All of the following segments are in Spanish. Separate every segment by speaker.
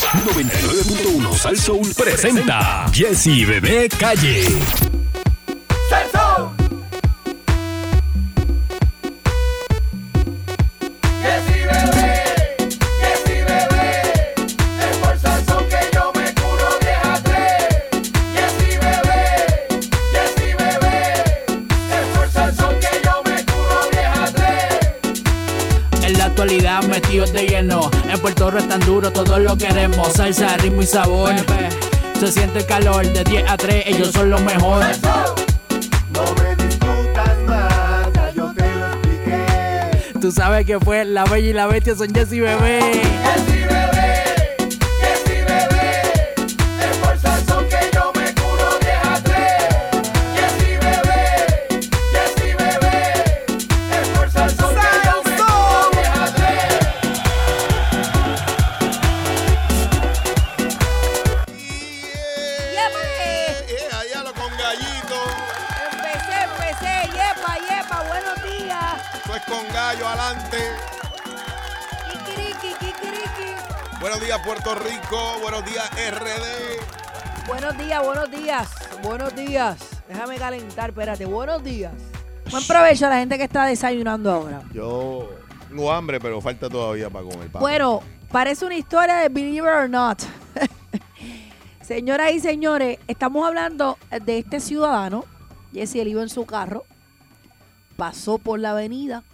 Speaker 1: 99.1 Sal Soul presenta Jesse Bebé Calle.
Speaker 2: Salsón. Jessy bebé, Jessy bebé, es por Salsón que yo me curo 10 a 3. Jessy bebé, Jessy bebé, es por Salsón que yo me curo 10 a 3.
Speaker 3: En la actualidad metidos de lleno. En Puerto Rico es tan duro, todos lo queremos. Salsa, ritmo y sabor. Se siente el calor de 10 a 3, ellos son los mejores.
Speaker 2: No me discutas más, ya yo te lo expliqué.
Speaker 3: Tú sabes que fue la bella y la bestia son Jessy Bebé.
Speaker 2: Jessy bebé, Jessy bebé, es por Salsón que yo me curo 10 a 3. Jessy bebé, Jessy bebé, es por Salsón que yo me curo 10 a 3.
Speaker 4: ¡Yepa!
Speaker 5: Yeah, ya lo con gallito.
Speaker 4: Empecé, empecé, yepa, yepa, buenos días.
Speaker 5: Eso es con gallo adelante.
Speaker 4: Kikiriki, kikiriki.
Speaker 5: Buenos días, Puerto Rico. Buenos días, RD.
Speaker 4: Buenos días, buenos días, buenos días. Déjame calentar, espérate, buenos días. Buen provecho a la gente que está desayunando ahora.
Speaker 5: Yo tengo hambre, pero falta todavía para comer. papi.
Speaker 4: Bueno, parece una historia de Believe It or Not. Señoras y señores, estamos hablando de este ciudadano. Jesse, él iba en su carro, pasó por la avenida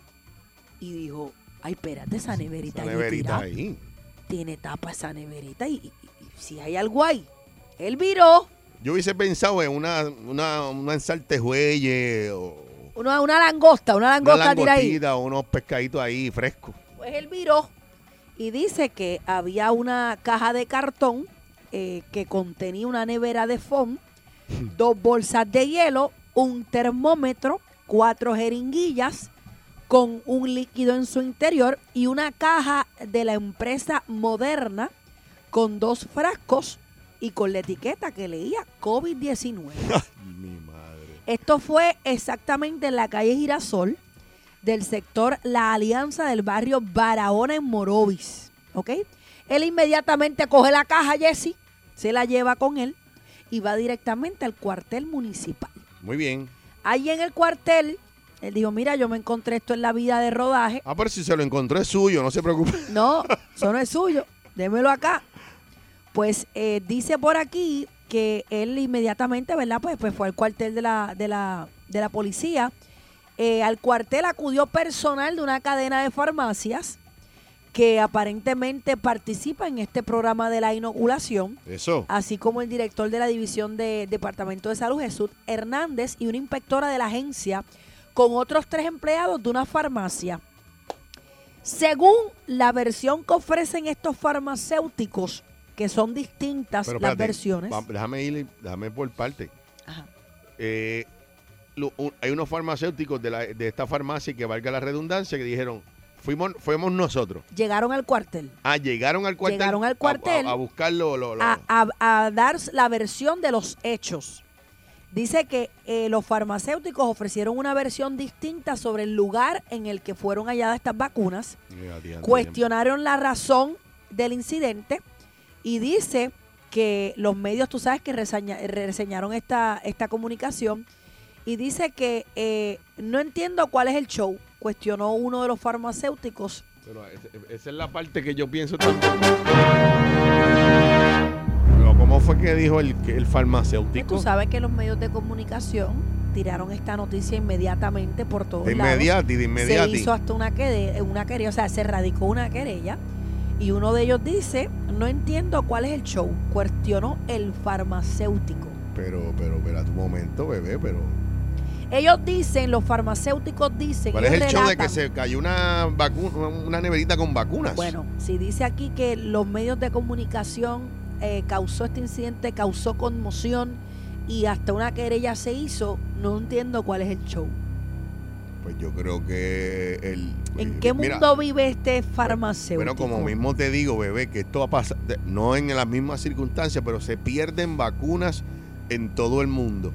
Speaker 4: y dijo, ay, espérate, esa neverita,
Speaker 5: esa
Speaker 4: ahí
Speaker 5: neverita
Speaker 4: tirada
Speaker 5: ahí.
Speaker 4: tiene tapa esa neverita y, y- y si hay algo ahí. Él viró
Speaker 5: Yo hubiese pensado en una, una, una ensaltejuelle o
Speaker 4: una, una langosta, una
Speaker 5: una
Speaker 4: langosta tira ahí.
Speaker 5: langostita o unos pescaditos ahí frescos.
Speaker 4: Pues él viró y dice que había una caja de cartón eh, que contenía una nevera de foam, dos bolsas de hielo, un termómetro, cuatro jeringuillas con un líquido en su interior y una caja de la empresa Moderna con dos frascos y con la etiqueta que leía COVID-19.
Speaker 5: Mi madre.
Speaker 4: Esto fue exactamente en la calle Girasol del sector La Alianza del barrio Barahona en Morovis. ¿Ok? Él inmediatamente coge la caja, Jesse, se la lleva con él y va directamente al cuartel municipal.
Speaker 5: Muy bien.
Speaker 4: Ahí en el cuartel, él dijo, mira, yo me encontré esto en la vida de rodaje.
Speaker 5: Ah, pero si se lo encontró es suyo, no se preocupe.
Speaker 4: No, eso no es suyo. Démelo acá. Pues eh, dice por aquí que él inmediatamente, ¿verdad? Pues, pues fue al cuartel de la, de la, de la policía. Eh, al cuartel acudió personal de una cadena de farmacias que aparentemente participa en este programa de la inoculación,
Speaker 5: Eso.
Speaker 4: así como el director de la División de Departamento de Salud, Jesús Hernández, y una inspectora de la agencia con otros tres empleados de una farmacia. Según la versión que ofrecen estos farmacéuticos, que son distintas
Speaker 5: Pero
Speaker 4: las
Speaker 5: espérate,
Speaker 4: versiones.
Speaker 5: va- déjame ir, déjame por parte.
Speaker 4: Ajá.
Speaker 5: Eh, lo- un- hay unos farmacéuticos de, la- de esta farmacia que valga la redundancia que dijeron, fuimos, fuimos nosotros.
Speaker 4: Llegaron al cuartel
Speaker 5: Ah, llegaron al cuartel.
Speaker 4: Llegaron al
Speaker 5: a- a-
Speaker 4: cuartel.
Speaker 5: A, buscar lo- lo- lo-
Speaker 4: a, a- a dar la versión de los hechos. Dice que eh, los farmacéuticos ofrecieron una versión distinta sobre el lugar en el que fueron halladas estas vacunas.
Speaker 5: Mira, tía,
Speaker 4: cuestionaron la razón del incidente y dice que los medios, tú sabes que reseña- reseñaron esta, esta comunicación y dice que eh, no entiendo cuál es el show, cuestionó uno de los farmacéuticos.
Speaker 5: Pero es- esa es la parte que yo pienso también. Pero, ¿Cómo fue que dijo el, que el
Speaker 4: Que
Speaker 5: farmacéutico?
Speaker 4: Pues Tú sabes que los medios de comunicación tiraron esta noticia inmediatamente por todos
Speaker 5: De
Speaker 4: lados.
Speaker 5: inmediati, de
Speaker 4: se
Speaker 5: inmediati.
Speaker 4: hizo hasta una querella, una querella, o sea, se radicó una querella y uno de ellos dice, no entiendo cuál es el show, cuestionó el farmacéutico.
Speaker 5: Pero, pero, pero, tu momento, bebé, pero...
Speaker 4: Ellos dicen, los farmacéuticos dicen,
Speaker 5: ¿Cuál es el
Speaker 4: ellos
Speaker 5: show de que
Speaker 4: relatan-
Speaker 5: se cayó una vacuna, una neverita con vacunas?
Speaker 4: Bueno, si dice aquí que los medios de comunicación eh, causó este incidente, causó conmoción y hasta una querella se hizo, no entiendo cuál es el show.
Speaker 5: Pues yo creo que el...
Speaker 4: ¿En
Speaker 5: eh,
Speaker 4: qué
Speaker 5: mira,
Speaker 4: mundo vive este farmacéutico?
Speaker 5: Bueno, como mismo te digo, bebé, que esto va a pasar, de- no en las mismas circunstancias, pero se pierden vacunas en todo el mundo.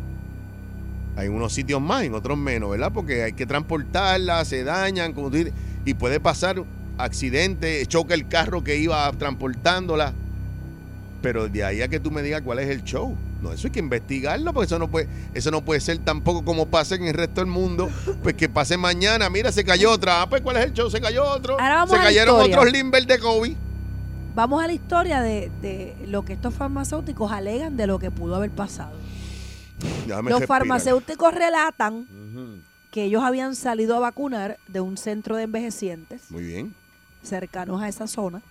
Speaker 5: Hay unos sitios más, en otros menos, ¿verdad? Porque hay que transportarlas, se dañan, como tú dices, y puede pasar accidente, choca el carro que iba transportándola. Pero de ahí a que tú me digas cuál es el show. No, eso hay que investigarlo, porque eso no puede, eso no puede ser tampoco como pasa en el resto del mundo. Pues que pase mañana, mira, se cayó otra. Ah, pues cuál es el show, se cayó otro.
Speaker 4: Ahora vamos
Speaker 5: Se
Speaker 4: a la
Speaker 5: cayeron
Speaker 4: historia.
Speaker 5: otros Limber de COVID.
Speaker 4: Vamos a la historia de, de lo que estos farmacéuticos alegan de lo que pudo haber pasado.
Speaker 5: Déjame
Speaker 4: Los
Speaker 5: respirar.
Speaker 4: farmacéuticos relatan
Speaker 5: Ujú.
Speaker 4: que ellos habían salido a vacunar de un centro de envejecientes
Speaker 5: Muy bien.
Speaker 4: cercanos a esa zona.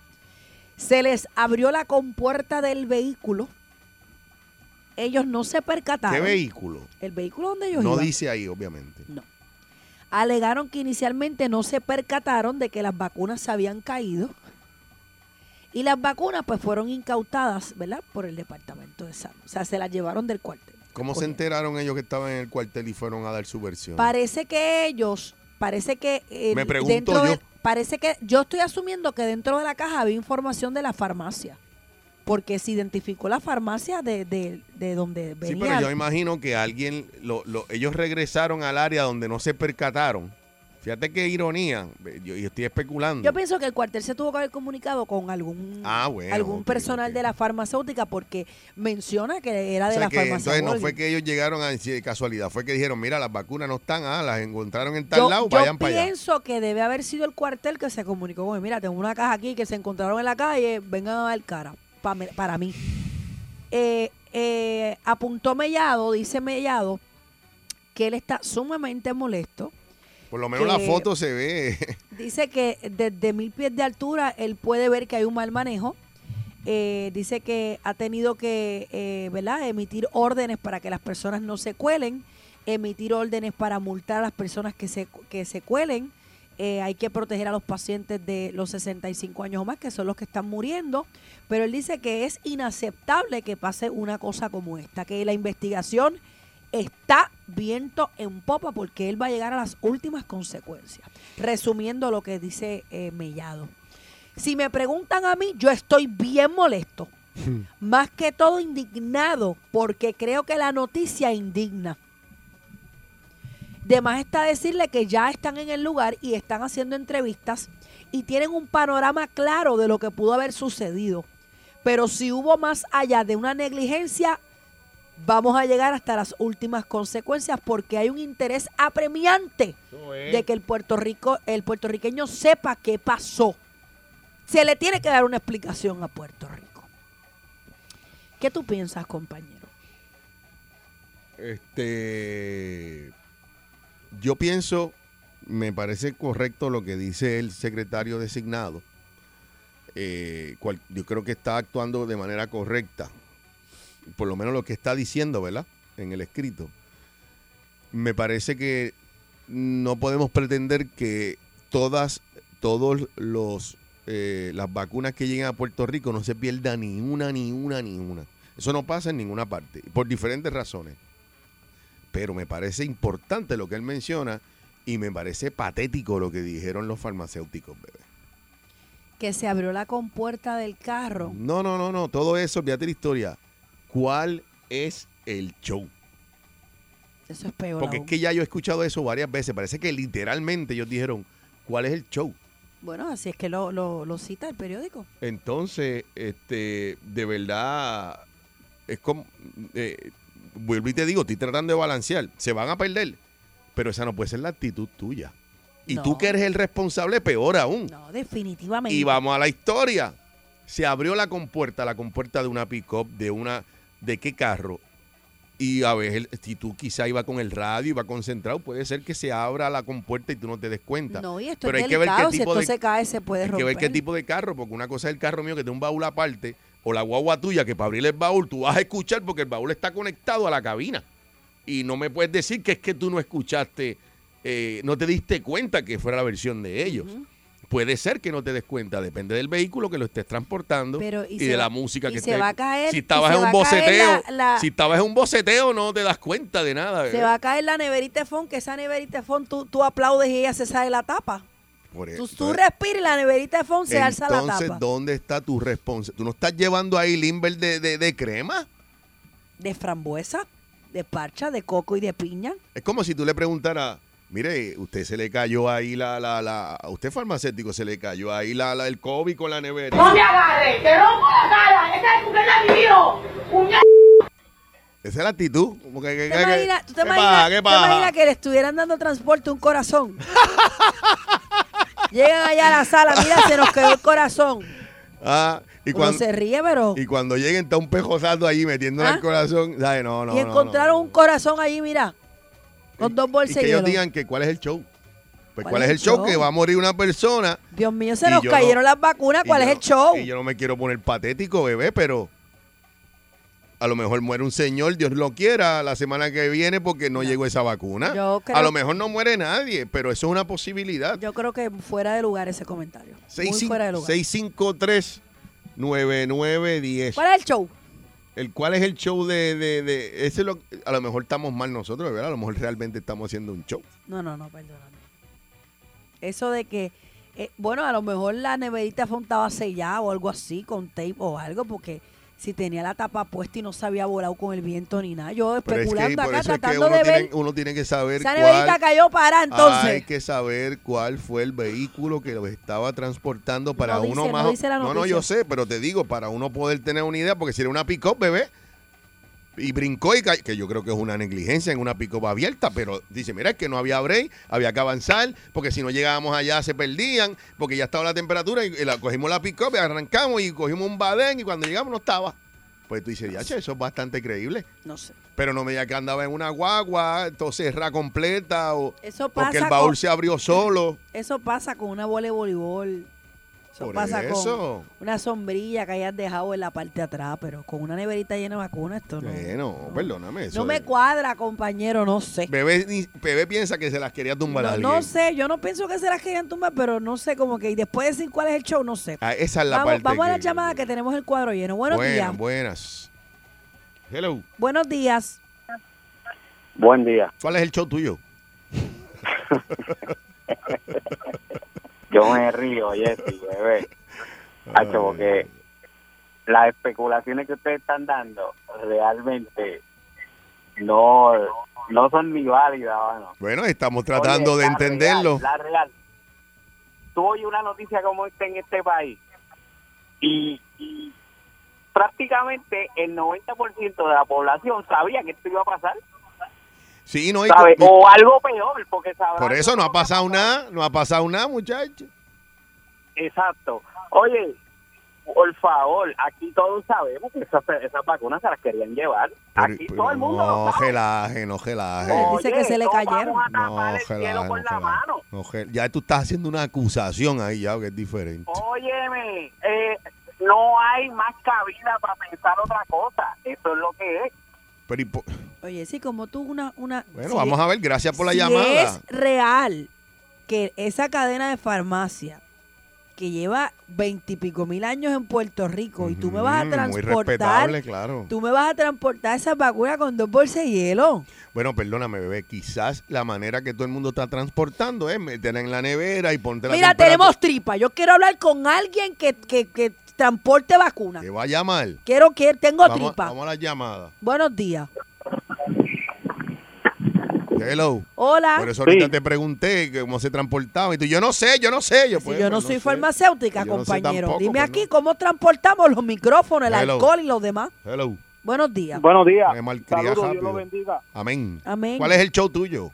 Speaker 4: Se les abrió la compuerta del vehículo. Ellos no se percataron.
Speaker 5: ¿Qué vehículo?
Speaker 4: El vehículo donde ellos
Speaker 5: No
Speaker 4: iban.
Speaker 5: dice ahí, obviamente.
Speaker 4: Alegaron que inicialmente no se percataron de que las vacunas se habían caído. Y las vacunas pues fueron incautadas, ¿verdad? Por el Departamento de Salud. O sea, se las llevaron del cuartel.
Speaker 5: ¿Cómo se
Speaker 4: Cogieron.
Speaker 5: enteraron ellos que estaban en el cuartel y fueron a dar su versión?
Speaker 4: Parece que ellos, parece que eh,
Speaker 5: Me pregunto
Speaker 4: dentro de-
Speaker 5: yo.
Speaker 4: parece que yo estoy asumiendo que dentro de la caja había información de la farmacia, porque se identificó la farmacia de, de, de donde
Speaker 5: Sí,
Speaker 4: venía.
Speaker 5: pero yo imagino que alguien, lo- lo- ellos regresaron al área donde no se percataron. Fíjate qué ironía, yo, yo estoy especulando.
Speaker 4: Yo pienso que el cuartel se tuvo que haber comunicado con algún
Speaker 5: Ah, bueno,
Speaker 4: algún
Speaker 5: ok,
Speaker 4: personal
Speaker 5: ok.
Speaker 4: de la farmacéutica porque menciona que era
Speaker 5: O
Speaker 4: de
Speaker 5: sea
Speaker 4: la
Speaker 5: que
Speaker 4: farmacia.
Speaker 5: entonces no
Speaker 4: Walgreens.
Speaker 5: fue que ellos llegaron a sí, de casualidad, fue que dijeron, mira, las vacunas no están, ah, las encontraron en tal
Speaker 4: yo,
Speaker 5: lado,
Speaker 4: yo
Speaker 5: vayan para allá.
Speaker 4: pienso que debe haber sido el cuartel que se comunicó con él. Mira, tengo una caja aquí que se encontraron en la calle, vengan a dar cara, pa me- para mí. Eh, eh, apuntó Mellado, dice Mellado, que él está sumamente molesto.
Speaker 5: Por lo menos la
Speaker 4: que-
Speaker 5: foto se ve.
Speaker 4: Dice que desde mil pies de altura él puede ver que hay un mal manejo. Eh, dice que ha tenido que eh, ¿verdad? emitir órdenes para que las personas no se cuelen, emitir órdenes para multar a las personas que se, que se cuelen. Eh, hay que proteger a los pacientes de los 65 años o más, que son los que están muriendo. Pero él dice que es inaceptable que pase una cosa como esta, que la investigación está viento en popa porque él va a llegar a las últimas consecuencias. Resumiendo lo que dice eh, Mellado. Si me preguntan a mí, yo estoy bien molesto. Más que todo indignado porque creo que la noticia indigna. De más está decirle que ya están en el lugar y están haciendo entrevistas y tienen un panorama claro de lo que pudo haber sucedido. Pero si hubo más allá de una negligencia, vamos a llegar hasta las últimas consecuencias porque hay un interés apremiante de que el Puerto Rico, el puertorriqueño sepa qué pasó. Se le tiene que dar una explicación a Puerto Rico. ¿Qué tú piensas, compañero?
Speaker 5: Este, yo pienso, me parece correcto lo que dice el secretario designado. Eh, cual- yo creo que está actuando de manera correcta, por lo menos lo que está diciendo, ¿verdad? En el escrito. Me parece que no podemos pretender que todas, todos los eh, las vacunas que lleguen a Puerto Rico no se pierda ni una, ni una, ni una. Eso no pasa en ninguna parte, por diferentes razones pero me parece importante lo que él menciona y me parece patético lo que dijeron los farmacéuticos, bebé.
Speaker 4: Que se abrió la compuerta del carro.
Speaker 5: No, no, no, no, todo eso, fíjate la historia. ¿Cuál es el show?
Speaker 4: Eso es peor.
Speaker 5: Porque es
Speaker 4: aún.
Speaker 5: que ya yo he escuchado eso varias veces, parece que literalmente ellos dijeron, ¿cuál es el show?
Speaker 4: Bueno, así es que lo, lo- lo cita el periódico.
Speaker 5: Entonces, este, de verdad, es como, eh, vuelvo y te digo, estoy tratando de balancear, se van a perder, pero esa no puede ser la actitud tuya. Y
Speaker 4: No.
Speaker 5: tú que eres el responsable, peor aún.
Speaker 4: No, definitivamente.
Speaker 5: Y vamos a la historia. Se abrió la compuerta, la compuerta de una pick-up, de una, ¿de qué carro? Y a ver, si tú quizá iba con el radio, iba concentrado, puede ser que se abra la compuerta y tú no te des cuenta.
Speaker 4: no, y esto
Speaker 5: Pero
Speaker 4: es
Speaker 5: hay que ver qué
Speaker 4: delicado. Si
Speaker 5: tipo
Speaker 4: esto
Speaker 5: de-
Speaker 4: se cae, se puede
Speaker 5: Hay
Speaker 4: romper.
Speaker 5: que ver qué tipo de carro, porque una cosa es el carro mío que tiene un baúl aparte, o la guagua tuya que para abrir el baúl tú vas a escuchar porque el baúl está conectado a la cabina. Y no me puedes decir que es que tú no escuchaste, eh, no te diste cuenta que fuera la versión de ellos.
Speaker 4: Ujú.
Speaker 5: Puede ser que no te des cuenta, depende del vehículo que lo estés transportando
Speaker 4: Pero,
Speaker 5: y,
Speaker 4: se
Speaker 5: de
Speaker 4: va-
Speaker 5: la música
Speaker 4: y
Speaker 5: que
Speaker 4: se
Speaker 5: esté-
Speaker 4: va a caer.
Speaker 5: Si
Speaker 4: y
Speaker 5: estabas
Speaker 4: se
Speaker 5: en un
Speaker 4: va a caer
Speaker 5: boceteo,
Speaker 4: la- la-
Speaker 5: si estabas en un boceteo no te das cuenta de nada.
Speaker 4: Se
Speaker 5: bebé.
Speaker 4: va a caer la neverita de fond, que esa neverita de fond tú, tú aplaudes y ella se sale la tapa.
Speaker 5: Por
Speaker 4: Tú,
Speaker 5: eso-
Speaker 4: tú respiras y la neverita de fond se alza la
Speaker 5: Eh, Entonces,
Speaker 4: tapa.
Speaker 5: ¿dónde está tu responsabilidad? ¿Tú no estás llevando ahí Limber de, de- de crema?
Speaker 4: De frambuesa, de parcha, de coco y de piña.
Speaker 5: Es como si tú le preguntaras, mire, usted se le cayó ahí la, la, la, a usted farmacéutico se le cayó ahí la, la- el COVID con la nevera.
Speaker 6: No me agarre, te rompo la cara. Esta es tu cumpleaños
Speaker 5: Esa es la actitud. Como que, que-
Speaker 4: ¿Te
Speaker 5: que-
Speaker 4: imaginas, tú te
Speaker 5: ¿Qué
Speaker 4: imaginas-
Speaker 5: pasa? ¿Qué
Speaker 4: te
Speaker 5: pasa?
Speaker 4: imaginas que le estuvieran dando transporte un corazón? Llegan allá a la sala, mira, se nos quedó el corazón.
Speaker 5: Ah, y,
Speaker 4: Uno
Speaker 5: cuando,
Speaker 4: se ríe, pero...
Speaker 5: y cuando lleguen está un pejo saldo ahí metiéndole
Speaker 4: ¿Ah?
Speaker 5: el corazón. ¿sabes? No, no,
Speaker 4: y
Speaker 5: no, no.
Speaker 4: encontraron un corazón allí, mira, con dos
Speaker 5: Y
Speaker 4: bolsas
Speaker 5: que
Speaker 4: de
Speaker 5: ellos
Speaker 4: hielo.
Speaker 5: digan que cuál es el show. Pues cuál, es el show? que va a morir una persona.
Speaker 4: Dios mío, se
Speaker 5: y
Speaker 4: nos
Speaker 5: yo
Speaker 4: cayeron
Speaker 5: no-
Speaker 4: las vacunas,
Speaker 5: Y
Speaker 4: ¿cuál
Speaker 5: yo
Speaker 4: es
Speaker 5: no-
Speaker 4: el show?
Speaker 5: Y yo no me quiero poner patético, bebé, pero a lo mejor muere un señor, Dios lo quiera, la semana que viene porque no, llegó esa vacuna.
Speaker 4: Yo creo-
Speaker 5: a lo mejor no muere nadie, pero eso es una posibilidad.
Speaker 4: Yo creo que fuera de lugar ese comentario.
Speaker 5: Seis
Speaker 4: Muy
Speaker 5: cin-
Speaker 4: fuera de lugar.
Speaker 5: 653-9910.
Speaker 4: ¿Cuál es el show?
Speaker 5: El cual es el show de... de, de- ese es lo- a lo mejor estamos mal nosotros, bebé, a lo mejor realmente estamos haciendo un show.
Speaker 4: No, no, no, perdóname. Eso de que, eh, bueno, a lo mejor la neverita fue estaba sellada o algo así, con tape o algo, porque si tenía la tapa puesta y no se había volado con el viento ni nada. Yo
Speaker 5: Pero es que
Speaker 4: especulando
Speaker 5: por
Speaker 4: acá,
Speaker 5: eso es que
Speaker 4: tratando
Speaker 5: uno
Speaker 4: de
Speaker 5: tiene,
Speaker 4: ver.
Speaker 5: uno tiene que saber
Speaker 4: Esa
Speaker 5: cuál...
Speaker 4: neverita cayó para
Speaker 5: Hay
Speaker 4: entonces.
Speaker 5: que saber cuál fue el vehículo que los estaba transportando para
Speaker 4: No dice,
Speaker 5: uno
Speaker 4: no
Speaker 5: más.
Speaker 4: dice la
Speaker 5: no, no,
Speaker 4: noticia.
Speaker 5: yo sé, pero te digo, para uno poder tener una idea, porque si era una pick-up, bebé, y brincó y cayó, que yo creo que es una negligencia en una pick-up abierta, pero dice, mira, es que no había break, había que avanzar, porque si no llegábamos allá se perdían, porque ya estaba la temperatura, y, y la, cogimos la pick-up, y arrancamos y cogimos un badén, y cuando llegamos no estaba. Pues tú dices, ya, che, eso es bastante creíble.
Speaker 4: No sé.
Speaker 5: Pero no me diga que andaba en una guagua, entonces cerrada completa o
Speaker 4: Eso
Speaker 5: porque el
Speaker 4: pasa
Speaker 5: baúl
Speaker 4: con-
Speaker 5: se abrió solo.
Speaker 4: Eso pasa con una bola de voleibol. Eso
Speaker 5: Por
Speaker 4: pasa
Speaker 5: eso.
Speaker 4: con una sombrilla que hayas dejado en la parte de atrás, pero con una neverita llena de vacunas, esto no.
Speaker 5: Bueno,
Speaker 4: no.
Speaker 5: perdóname. Eso
Speaker 4: No me
Speaker 5: de-
Speaker 4: cuadra, compañero, no sé.
Speaker 5: Bebé, ni- Bebé piensa que se las quería tumbar a
Speaker 4: No,
Speaker 5: alguien.
Speaker 4: no sé, yo no pienso que se las querían tumbar, pero no sé, como que y después de decir cuál es el show, no sé.
Speaker 5: Ah, esa es la
Speaker 4: vamos
Speaker 5: parte.
Speaker 4: vamos a la
Speaker 5: que-
Speaker 4: llamada que tenemos el cuadro lleno. Buenos
Speaker 5: Buenas,
Speaker 4: días.
Speaker 5: buenas. Hello.
Speaker 4: Buenos días.
Speaker 7: Buen día.
Speaker 5: ¿Cuál es el show tuyo?
Speaker 7: Yo me río, Jessy, bebé. Hacho, porque las especulaciones que ustedes están dando realmente no, no son ni válidas, mano.
Speaker 5: Bueno, estamos tratando
Speaker 7: Oye,
Speaker 5: de
Speaker 7: la
Speaker 5: entenderlo.
Speaker 7: real, la real. Tú oyes una noticia como esta en este país y, y prácticamente el 90% de la población sabía que esto iba a pasar,
Speaker 5: Sí, no, y-
Speaker 7: ¿sabes?
Speaker 5: y-
Speaker 7: O algo peor, porque sabrá
Speaker 5: por
Speaker 7: que
Speaker 5: eso no ha
Speaker 7: va a
Speaker 5: pasado
Speaker 7: pasar.
Speaker 5: nada, no ha pasado nada, muchachos.
Speaker 7: Exacto. Oye, por favor, aquí todos sabemos que esas, esas vacunas se las querían llevar.
Speaker 5: Pero-
Speaker 7: aquí
Speaker 5: pero
Speaker 7: todo el mundo
Speaker 5: No,
Speaker 7: lo sabe.
Speaker 5: relaje, no relaje.
Speaker 4: Él dice que se le
Speaker 7: no
Speaker 4: cayeron.
Speaker 7: Vamos a tapar
Speaker 5: No,
Speaker 7: el
Speaker 5: relaje,
Speaker 7: cielo
Speaker 5: no,
Speaker 7: con la
Speaker 5: relaje.
Speaker 7: mano.
Speaker 5: No, relaje. Ya tú estás haciendo una acusación ahí, ya, que es diferente.
Speaker 7: Oh. Óyeme, eh, no hay más cabida para pensar otra cosa. Eso es lo que es.
Speaker 5: Pero, y po-
Speaker 4: Oye, sí, como tú una... una
Speaker 5: bueno,
Speaker 4: si
Speaker 5: vamos a ver, gracias por la
Speaker 4: si
Speaker 5: llamada.
Speaker 4: es real que esa cadena de farmacia que lleva veintipico mil años en Puerto Rico y tú me vas a
Speaker 5: Ujú, Muy
Speaker 4: transportar,
Speaker 5: respetable, claro.
Speaker 4: tú me vas a transportar esas vacunas con dos bolsas de hielo.
Speaker 5: Bueno, perdóname, bebé. Quizás la manera que todo el mundo está transportando es meterla en la nevera y ponte la
Speaker 4: Mira,
Speaker 5: temperatura.
Speaker 4: tenemos tripa. Yo quiero hablar con alguien que, que, que transporte vacunas.
Speaker 5: Que va a llamar.
Speaker 4: Quiero que tengo
Speaker 5: Vamos,
Speaker 4: tripa.
Speaker 5: vamos a la llamada.
Speaker 4: Buenos días.
Speaker 5: Hello.
Speaker 4: Hola.
Speaker 5: Por eso ahorita te pregunté que cómo se transportaba. Y tú, yo no sé, yo no sé. Yo,
Speaker 4: Si
Speaker 5: pues,
Speaker 4: yo no
Speaker 5: pues,
Speaker 4: soy
Speaker 5: sé.
Speaker 4: farmacéutica,
Speaker 5: Yo no sé
Speaker 4: compañero.
Speaker 5: tampoco,
Speaker 4: Dime
Speaker 5: pues,
Speaker 4: aquí
Speaker 5: no.
Speaker 4: cómo transportamos los micrófonos, el
Speaker 5: Hello.
Speaker 4: alcohol y los demás.
Speaker 5: Hello.
Speaker 4: Buenos días.
Speaker 8: Buenos días.
Speaker 5: Me malcrié
Speaker 8: Saludos, Dios
Speaker 5: rápido.
Speaker 8: lo bendiga.
Speaker 5: Amén.
Speaker 4: Amén.
Speaker 5: ¿Cuál es el show tuyo?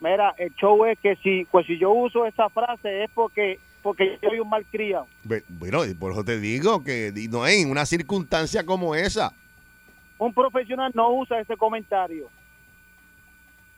Speaker 8: Mira, el show es que si, pues si yo uso esa frase es porque porque yo soy un mal criado.
Speaker 5: Ve- Bueno, y por eso te digo que di- no hay una circunstancia como esa.
Speaker 8: Un profesional no usa ese comentario.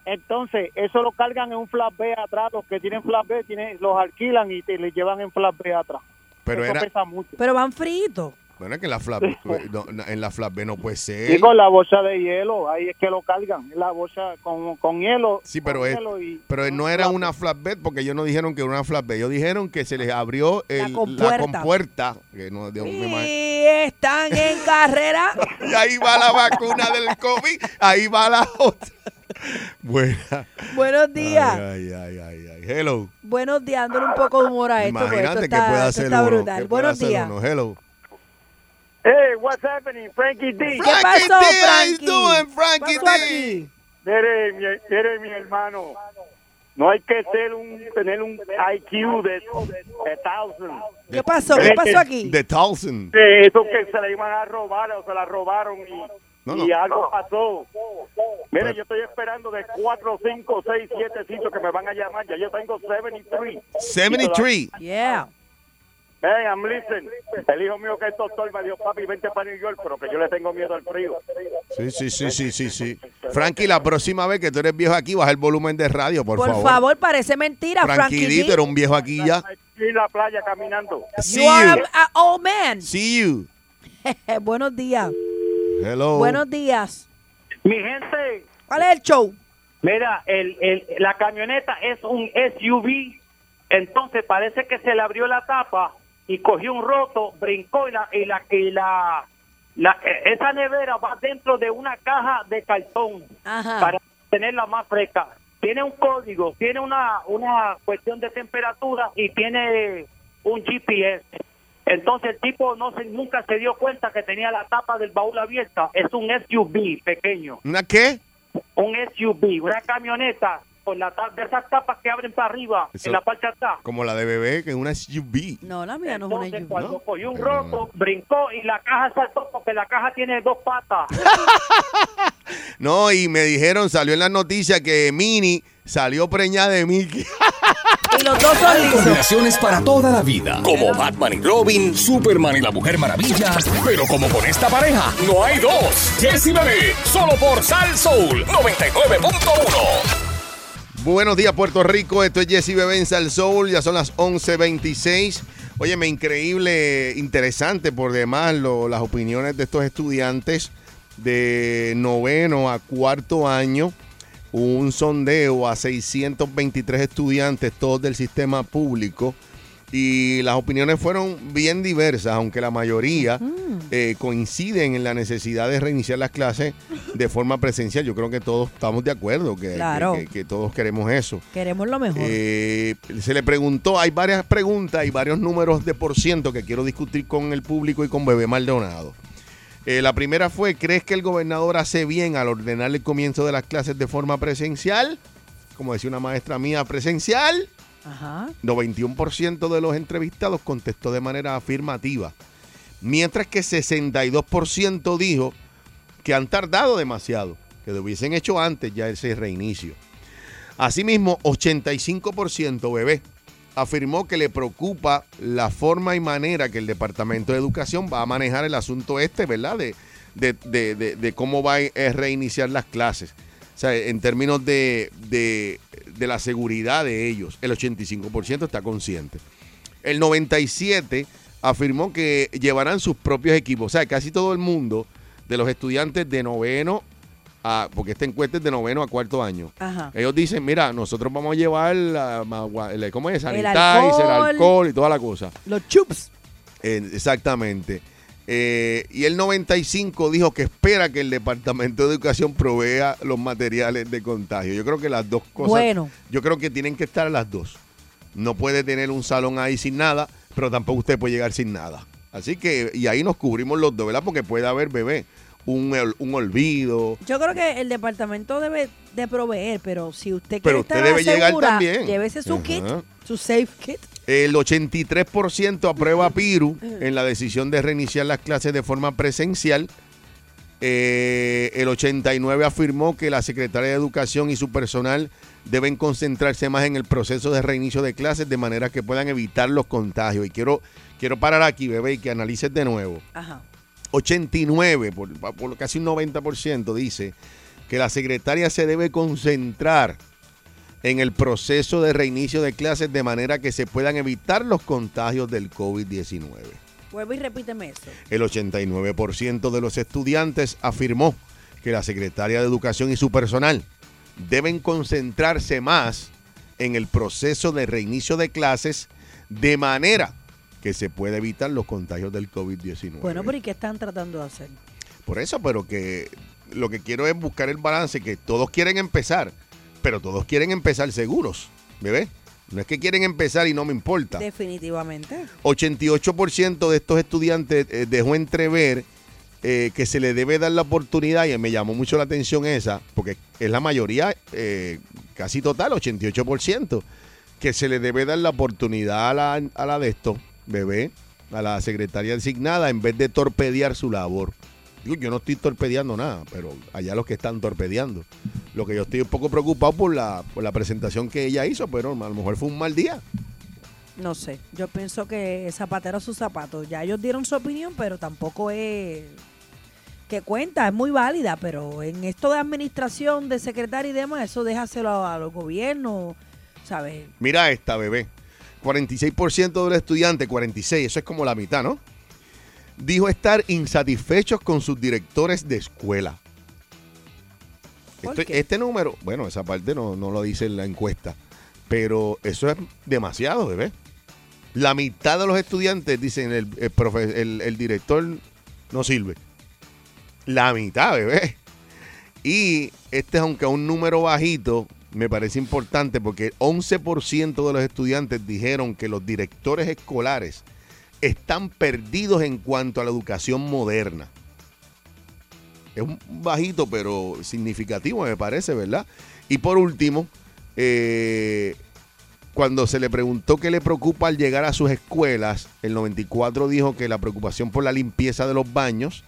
Speaker 8: Entonces, eso lo cargan en un flash B atrás. Los que tienen flash B tienen, los alquilan y te le llevan en flash B atrás.
Speaker 5: Pero
Speaker 8: eso
Speaker 5: era,
Speaker 8: pesa mucho.
Speaker 4: Pero van fritos.
Speaker 5: bueno, es que en la flap, pues, no, no, en la flap B no puede
Speaker 8: Y
Speaker 5: ser.
Speaker 8: con la bolsa de hielo, ahí es que lo cargan. La bolsa con, con hielo.
Speaker 5: Sí,
Speaker 8: con
Speaker 5: pero es-
Speaker 8: hielo y-
Speaker 5: Pero no era una flatbed porque ellos no dijeron que era una flatbed. Ellos dijeron que se les abrió el- la compuerta.
Speaker 4: compuerta.
Speaker 5: que no- Dios, me imagino.
Speaker 4: Y están en carrera.
Speaker 5: Y ahí va la vacuna del COVID. Ahí va la otra. Buena.
Speaker 4: Buenos días.
Speaker 5: Ay, ay, ay, ay, ay. Hello.
Speaker 4: Buenos días. Dándole un poco de humor a pues, esto. porque
Speaker 5: Imagínate
Speaker 4: esto
Speaker 5: que
Speaker 4: está,
Speaker 5: pueda
Speaker 4: esto
Speaker 5: hacer
Speaker 4: está
Speaker 5: uno.
Speaker 4: brutal.
Speaker 5: que pueda
Speaker 4: Buenos
Speaker 5: hacer
Speaker 4: días.
Speaker 5: uno. Hello.
Speaker 8: Hey, what's happening, Frankie D?
Speaker 4: ¿Qué
Speaker 5: Frankie
Speaker 4: pasó,
Speaker 5: D, how you
Speaker 4: Frankie?
Speaker 5: doing, Frankie
Speaker 4: Pasó
Speaker 5: D?
Speaker 4: aquí.
Speaker 8: Mire, mi, mire, mi hermano, no hay que ser un, tener un IQ de 1000.
Speaker 4: ¿Qué pasó? ¿Qué pasó aquí?
Speaker 5: De Towson.
Speaker 8: Eh, Eso que se la iban a robar o se la robaron y
Speaker 5: No, no.
Speaker 9: y algo pasó. Mire, yo estoy esperando de 4, 5, 6, 7 sitios que me van a llamar. Ya yo tengo 73.
Speaker 5: 73.
Speaker 4: Yeah.
Speaker 9: Hey, I'm listening. El hijo mío que es doctor me dijo, papi, vente para New York, pero que yo le tengo miedo al frío.
Speaker 5: Sí, sí, sí, sí, sí, sí. Frankie, la próxima vez que tú eres viejo aquí, baja el volumen de radio, por,
Speaker 4: Por, favor. parece mentira, Frankie G.
Speaker 5: Tranquilito, era un viejo aquí ya.
Speaker 9: Y la playa caminando.
Speaker 5: See
Speaker 4: You are
Speaker 5: you.
Speaker 4: a- a old man.
Speaker 5: See you.
Speaker 4: Buenos días.
Speaker 5: Hello.
Speaker 4: Buenos días.
Speaker 7: Mi gente,
Speaker 4: ¿Cuál es el show?
Speaker 7: mira, el, el- la camioneta es un SUV, entonces parece que se le abrió la tapa y cogió un roto, brincó y la, y la, y la, la- eh, esa nevera va dentro de una caja de cartón
Speaker 4: Ajá.
Speaker 7: para tenerla más fresca. Tiene un código, tiene una, una cuestión de temperatura y tiene un GPS. Entonces el tipo no se, nunca se dio cuenta que tenía la tapa del baúl abierta. Es un SUV pequeño
Speaker 5: ¿Una qué?
Speaker 7: un SUV, una camioneta con la ta- de esas tapas que abren para arriba
Speaker 5: Eso-
Speaker 7: en la parte de atrás.
Speaker 5: Como la de bebé, que es una SUV.
Speaker 4: No, la mía no es
Speaker 7: Entonces,
Speaker 4: una lluvia.
Speaker 7: cuando cogió un
Speaker 5: No.
Speaker 7: roto, brincó y la caja saltó porque la caja tiene dos patas.
Speaker 5: No, y me dijeron, salió en las noticias que Mini salió preñada de Mickey.
Speaker 4: Y los dos son lisos.
Speaker 1: Combinaciones para toda la vida. Como Batman y Robin, Superman y la Mujer Maravilla. Pero como con esta pareja, no hay dos. Jesse y Bebé, solo por Sal Soul 99.1.
Speaker 5: Buenos días, Puerto Rico. Esto es Jesse Bebenza, el Soul. Ya son las 11.26. Óyeme, increíble, interesante por demás lo- las opiniones de estos estudiantes de noveno a cuarto año. Un sondeo a 623 estudiantes, todos del sistema público. Y las opiniones fueron bien diversas, aunque la mayoría eh, coinciden en la necesidad de reiniciar las clases de forma presencial. Yo creo que todos estamos de acuerdo que,
Speaker 4: Claro.
Speaker 5: que- que- que todos queremos eso.
Speaker 4: Queremos lo mejor.
Speaker 5: Eh, se le preguntó, hay varias preguntas y varios números de por ciento que quiero discutir con el público y con Bebé Maldonado. Eh, la primera fue, ¿crees que el gobernador hace bien al ordenar el comienzo de las clases de forma presencial? Como decía una maestra mía, presencial.
Speaker 4: Ajá.
Speaker 5: 91% de los entrevistados contestó de manera afirmativa, mientras que 62% dijo que han tardado demasiado, que lo hubiesen hecho antes ya ese reinicio. Asimismo, 85% bebé afirmó que le preocupa la forma y manera que el Departamento de Educación va a manejar el asunto este, ¿verdad? De, de- de- de- de cómo va a eh, reiniciar las clases. O sea, en términos de, de- de la seguridad de ellos, el 85% está consciente. El 97% afirmó que llevarán sus propios equipos. O sea, casi todo el mundo de los estudiantes de noveno a, porque esta encuesta es de noveno a cuarto año.
Speaker 4: Ajá.
Speaker 5: Ellos dicen, mira, nosotros vamos a llevar la, magua- el- ¿cómo es?
Speaker 4: El
Speaker 5: Sanitizer,
Speaker 4: alcohol.
Speaker 5: alcohol y toda la cosa.
Speaker 4: Los chups.
Speaker 5: Eh, exactamente. Eh, y el 95 dijo que espera que el Departamento de Educación provea los materiales de contagio. Yo creo que las dos cosas.
Speaker 4: Bueno.
Speaker 5: Yo creo que tienen que estar las dos. No puede tener un salón ahí sin nada, pero tampoco usted puede llegar sin nada. Así que, y ahí nos cubrimos los dos, ¿verdad? Porque puede haber bebé, un, ol- un olvido.
Speaker 4: Yo creo que el departamento debe de proveer, pero si usted quiere
Speaker 5: Pero
Speaker 4: estar
Speaker 5: usted debe llegar
Speaker 4: segura,
Speaker 5: también.
Speaker 4: llévese su
Speaker 5: Ajá.
Speaker 4: kit, su safe kit.
Speaker 5: El 83% aprueba a Piru en la decisión de reiniciar las clases de forma presencial. Eh, el 89% afirmó que la Secretaría de Educación y su personal deben concentrarse más en el proceso de reinicio de clases de manera que puedan evitar los contagios. Y quiero, quiero parar aquí, bebé, y que analices de nuevo.
Speaker 4: Ajá.
Speaker 5: 89, por, por casi un 90%, dice que la secretaria se debe concentrar en el proceso de reinicio de clases de manera que se puedan evitar los contagios del COVID-19.
Speaker 4: Vuelvo y repíteme eso.
Speaker 5: El 89% de los estudiantes afirmó que la secretaria de Educación y su personal deben concentrarse más en el proceso de reinicio de clases de manera que se pueda evitar los contagios del COVID-19.
Speaker 4: Bueno, pero ¿y qué están tratando de hacer?
Speaker 5: Por eso, pero que lo que quiero es buscar el balance, que todos quieren empezar, pero todos quieren empezar seguros, bebé. No es que quieren empezar y no me importa.
Speaker 4: Definitivamente.
Speaker 5: 88% de estos estudiantes eh, dejó entrever eh, que se le debe dar la oportunidad, y me llamó mucho la atención esa, porque es la mayoría, eh, casi total, 88%, que se le debe dar la oportunidad a la, a la de esto, bebé, a la secretaria designada, en vez de torpedear su labor. digo, yo no estoy torpedeando nada, pero allá los que están torpedeando. Lo que yo estoy un poco preocupado por la, por la presentación que ella hizo, pero a lo mejor fue un mal día.
Speaker 4: No sé, yo pienso que zapatero a sus zapatos. Ya ellos dieron su opinión, pero tampoco es que cuenta, es muy válida, pero en esto de administración, de secretaria y demás, eso déjaselo a, a los gobiernos, ¿sabes?
Speaker 5: Mira esta, bebé. 46% de los estudiantes, 46, eso es como la mitad, ¿no? Dijo estar insatisfechos con sus directores de escuela.
Speaker 4: ¿Por
Speaker 5: Este,
Speaker 4: qué?
Speaker 5: este número, bueno, esa parte no, no lo dice en la encuesta, pero eso es demasiado, bebé. La mitad de los estudiantes dicen el, el profe- el- el director no sirve. La mitad, bebé. Y este, aunque un número bajito, me parece importante porque el 11% de los estudiantes dijeron que los directores escolares están perdidos en cuanto a la educación moderna. Es un bajito, pero significativo, me parece, ¿verdad? Y por último, eh, cuando se le preguntó qué le preocupa al llegar a sus escuelas, el 94 dijo que la preocupación por la limpieza de los baños,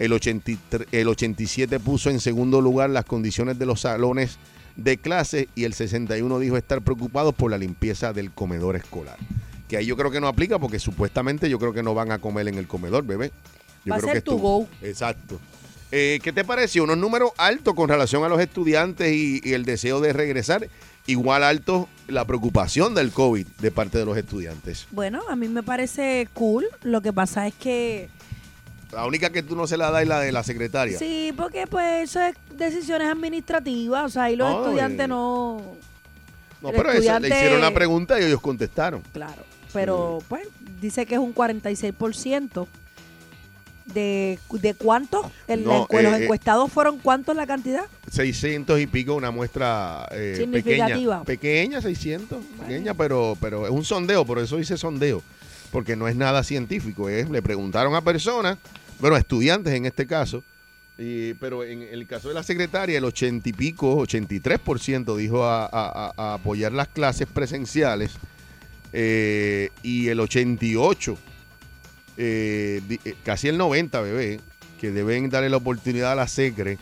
Speaker 5: el, 83 el 87 puso en segundo lugar las condiciones de los salones de clase y el 61 dijo estar preocupados por la limpieza del comedor escolar. Que ahí yo creo que no aplica porque supuestamente yo creo que no van a comer en el comedor, bebé. Yo
Speaker 4: Va a
Speaker 5: creo
Speaker 4: ser
Speaker 5: que
Speaker 4: to
Speaker 5: estuvo-
Speaker 4: go.
Speaker 5: Exacto. Eh, ¿Qué te pareció? Unos números altos con relación a los estudiantes y, y el deseo de regresar. Igual alto la preocupación del COVID de parte de los estudiantes.
Speaker 4: Bueno, a mí me parece cool, lo que pasa es que...
Speaker 5: La única que tú no se la das es la de la secretaria.
Speaker 4: Sí, porque pues eso es decisiones administrativas, o sea, ahí los
Speaker 5: Ay.
Speaker 4: estudiantes no...
Speaker 5: no,
Speaker 4: el
Speaker 5: pero esa-
Speaker 4: estudiante-
Speaker 5: le hicieron la pregunta y ellos contestaron.
Speaker 4: Claro, pero pues dice que es un 46%. ¿De, de cuántos? El- la
Speaker 5: No,
Speaker 4: encu- los
Speaker 5: eh, eh.
Speaker 4: encuestados fueron cuántos la cantidad?
Speaker 5: 600 y pico, una muestra eh, pequeña.
Speaker 4: Significativa.
Speaker 5: Pequeña, 600. Pequeña, pero, pero es un sondeo, por eso dice sondeo. Porque no es nada científico. Es, le preguntaron a personas, bueno, a estudiantes en este caso. y- pero en el caso de la secretaria, el 80 y pico, 83% dijo a, a- a- a apoyar las clases presenciales. eh, y el 88, eh, di- eh, casi el 90, bebé, que deben darle la oportunidad a la secre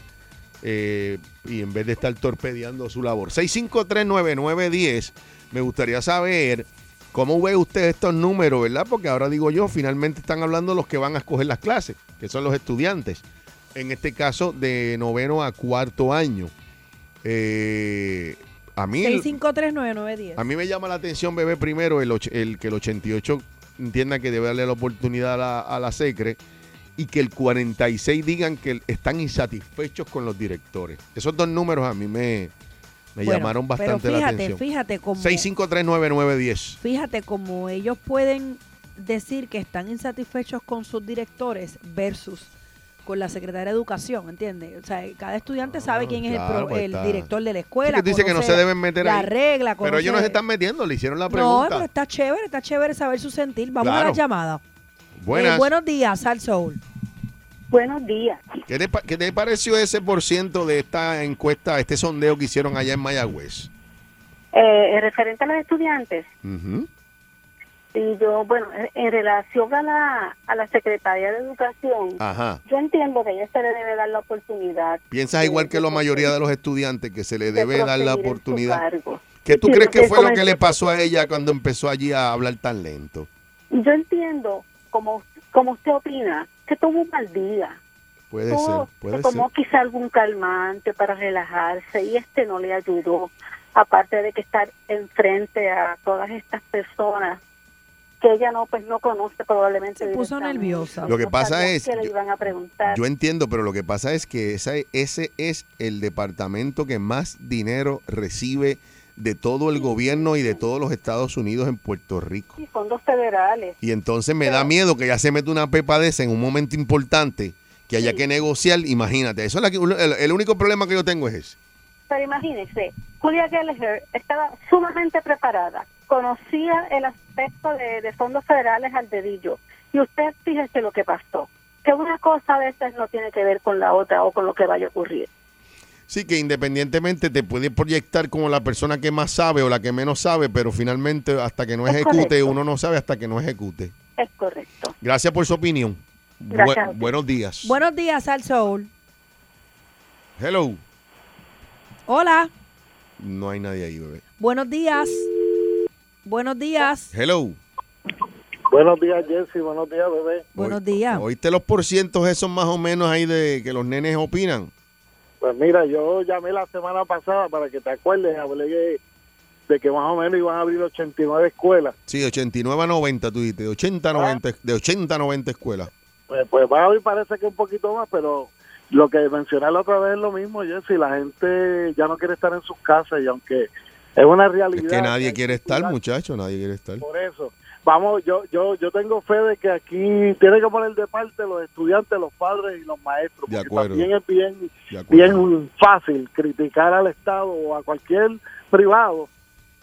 Speaker 5: eh, y en vez de estar torpedeando su labor. 6539910, me gustaría saber cómo ve usted estos números, ¿verdad? Porque ahora digo yo, finalmente están hablando los que van a escoger las clases, que son los estudiantes, en este caso de noveno a cuarto año. Eh, a mí...
Speaker 4: 6539910.
Speaker 5: A mí me llama la atención, bebé, primero el, och- el que el 88 entienda que debe darle la oportunidad a la, a la SECRE y que el 46 digan que están insatisfechos con los directores. Esos dos números a mí me, me
Speaker 4: Bueno,
Speaker 5: llamaron bastante
Speaker 4: Pero fíjate,
Speaker 5: la atención.
Speaker 4: fíjate cómo,
Speaker 5: 6539910.
Speaker 4: fíjate cómo ellos pueden decir que están insatisfechos con sus directores versus con la secretaria de educación, ¿entiendes? O sea, cada estudiante sabe quién es el,
Speaker 5: claro,
Speaker 4: pro-
Speaker 5: pues
Speaker 4: el
Speaker 5: está.
Speaker 4: director de la escuela.
Speaker 5: Sí, que dice que no
Speaker 4: conoce
Speaker 5: se deben meter
Speaker 4: la
Speaker 5: ahí.
Speaker 4: regla,
Speaker 5: Pero ellos no se
Speaker 4: conoce-
Speaker 5: están metiendo, le hicieron la
Speaker 4: No,
Speaker 5: pregunta.
Speaker 4: pero está chévere, está chévere saber su sentir. Vamos a
Speaker 5: Claro.
Speaker 4: la llamada.
Speaker 5: Buenas.
Speaker 4: Eh, buenos días, Sal Soul.
Speaker 10: Buenos días.
Speaker 5: ¿Qué, te, pa- qué te pareció ese por ciento de esta encuesta, este sondeo que hicieron allá en Mayagüez?
Speaker 10: Eh, referente a los estudiantes,
Speaker 5: Ujú.
Speaker 10: y yo, bueno, en- en relación a la, a la Secretaría de Educación,
Speaker 5: Ajá.
Speaker 10: yo entiendo que a ella se le debe dar la oportunidad.
Speaker 5: Piensas
Speaker 10: de-
Speaker 5: igual que
Speaker 10: de
Speaker 5: la
Speaker 10: proseguir-
Speaker 5: mayoría de los estudiantes que se le
Speaker 10: de
Speaker 5: debe dar la
Speaker 10: proseguir en su
Speaker 5: oportunidad.
Speaker 10: cargo.
Speaker 5: ¿Qué tú
Speaker 10: Sí,
Speaker 5: crees que
Speaker 10: porque
Speaker 5: fue lo
Speaker 10: como-
Speaker 5: que le pasó a ella cuando empezó allí a hablar tan lento?
Speaker 10: Yo entiendo, como, como usted opina, que tuvo un mal día.
Speaker 5: Puede
Speaker 10: Tuvo-
Speaker 5: ser,
Speaker 10: se
Speaker 5: puede ser.
Speaker 10: tomó quizá algún calmante para relajarse y este no le ayudó. Aparte de que estar enfrente a todas estas personas que ella no pues no conoce probablemente.
Speaker 4: Se puso
Speaker 10: directamente.
Speaker 4: nerviosa.
Speaker 5: Lo que
Speaker 10: No
Speaker 5: pasa
Speaker 10: sabía
Speaker 5: es-
Speaker 10: qué le
Speaker 5: yo-
Speaker 10: iban a preguntar.
Speaker 5: Yo entiendo, pero lo que pasa es que esa, ese es el departamento que más dinero recibe de todo el gobierno y de todos los Estados Unidos en Puerto Rico.
Speaker 10: Y fondos federales.
Speaker 5: Y entonces me da
Speaker 10: Pero-
Speaker 5: miedo que ya se mete una pepa de esa en un momento importante que haya que negociar. Imagínate, eso es la que- el, el único problema que yo tengo es ese.
Speaker 10: Pero imagínense, Julia Gallagher estaba sumamente preparada, conocía el aspecto de, de fondos federales al dedillo. Y usted fíjese lo que pasó, que una cosa a veces no tiene que ver con la otra o con lo que vaya a ocurrir.
Speaker 5: Sí, que independientemente te puede proyectar como la persona que más sabe o la que menos sabe, pero finalmente hasta que no
Speaker 10: Es
Speaker 5: ejecute,
Speaker 10: correcto.
Speaker 5: uno no sabe hasta que no ejecute.
Speaker 10: Es correcto.
Speaker 5: Gracias por su opinión.
Speaker 10: Gracias.
Speaker 5: Bue- buenos días.
Speaker 4: Buenos días al Soul.
Speaker 5: Hello.
Speaker 4: Hola.
Speaker 5: No hay nadie ahí, bebé.
Speaker 4: Buenos días. Buenos días.
Speaker 5: Hello.
Speaker 11: Buenos días, Jesse. Buenos días, bebé.
Speaker 4: Buenos días.
Speaker 5: ¿Oíste los porcientos esos más o menos ahí de que los nenes opinan?
Speaker 11: Pues mira, yo llamé la semana pasada para que te acuerdes, hablé de, de que más o menos iban a abrir 89 escuelas.
Speaker 5: Sí, 89 a 90, tú dijiste. De 80 a 90, de 80 a 90 escuelas.
Speaker 11: Pues, pues va a abrir parece que un poquito más, pero lo que mencioné la otra vez es lo mismo, Jesse. La gente ya no quiere estar en sus casas y aunque es una realidad...
Speaker 5: Es que nadie quiere estar, muchacho, nadie quiere estar.
Speaker 11: Por eso, vamos, yo, yo, yo tengo fe de que aquí tiene que poner de parte los estudiantes, los padres y los maestros.
Speaker 5: De
Speaker 11: porque
Speaker 5: acuerdo.
Speaker 11: También es bien,
Speaker 5: De acuerdo.
Speaker 11: bien fácil criticar al Estado o a cualquier privado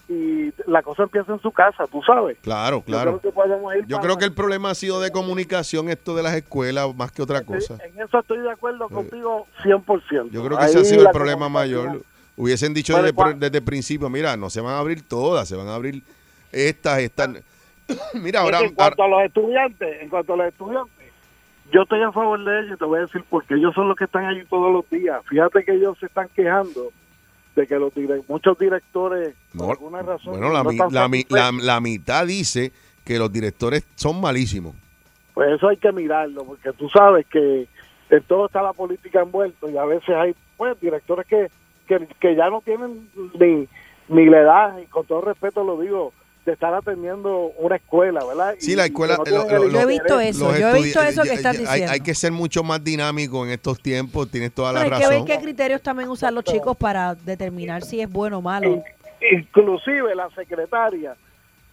Speaker 11: y la cosa empieza en su casa, tú sabes.
Speaker 5: Claro,
Speaker 11: Yo creo
Speaker 5: claro.
Speaker 11: que podemos ir
Speaker 5: Yo
Speaker 11: para-
Speaker 5: creo que el problema ha sido de comunicación, esto de las escuelas, más que otra cosa.
Speaker 11: En eso estoy de acuerdo contigo 100%.
Speaker 5: Yo creo que ese
Speaker 11: Ahí
Speaker 5: ha sido el
Speaker 11: la
Speaker 5: problema mayor. Hubiesen dicho
Speaker 11: Bueno,
Speaker 5: desde,
Speaker 11: Juan.
Speaker 5: desde el principio, mira, no se van a abrir todas, se van a abrir estas, estas. mira, ahora,
Speaker 11: Es que en cuanto a los estudiantes, en cuanto a los estudiantes, yo estoy a favor de ellos y te voy a decir porque ellos son los que están allí todos los días. Fíjate que ellos se están quejando de que los dire- muchos directores
Speaker 5: No,
Speaker 11: por alguna razón
Speaker 5: bueno, la,
Speaker 11: no
Speaker 5: mi-
Speaker 11: están
Speaker 5: la mi- la-
Speaker 11: satisfechos.
Speaker 5: la mitad dice que los directores son malísimos.
Speaker 11: pues eso hay que mirarlo porque tú sabes que en todo está la política envuelto y a veces hay pues directores que que, que ya no tienen ni ni la edad y con todo respeto lo digo de estar atendiendo una escuela, ¿verdad?
Speaker 5: Sí,
Speaker 11: Y-
Speaker 5: la
Speaker 11: y que
Speaker 5: escuela.
Speaker 11: no
Speaker 5: lo-
Speaker 11: tienen
Speaker 5: lo-
Speaker 11: el
Speaker 5: lo-
Speaker 4: Yo he visto
Speaker 11: interés.
Speaker 4: eso,
Speaker 5: los
Speaker 4: yo he visto
Speaker 5: estudi-
Speaker 4: eso que
Speaker 5: ya-
Speaker 4: estás
Speaker 5: ya- hay-
Speaker 4: diciendo.
Speaker 5: Hay, que ser mucho más dinámico en estos tiempos, tienes toda la
Speaker 4: Hay que ver
Speaker 5: razón.
Speaker 4: qué criterios también usan los chicos para determinar si es bueno o malo.
Speaker 11: inclusive la secretaria,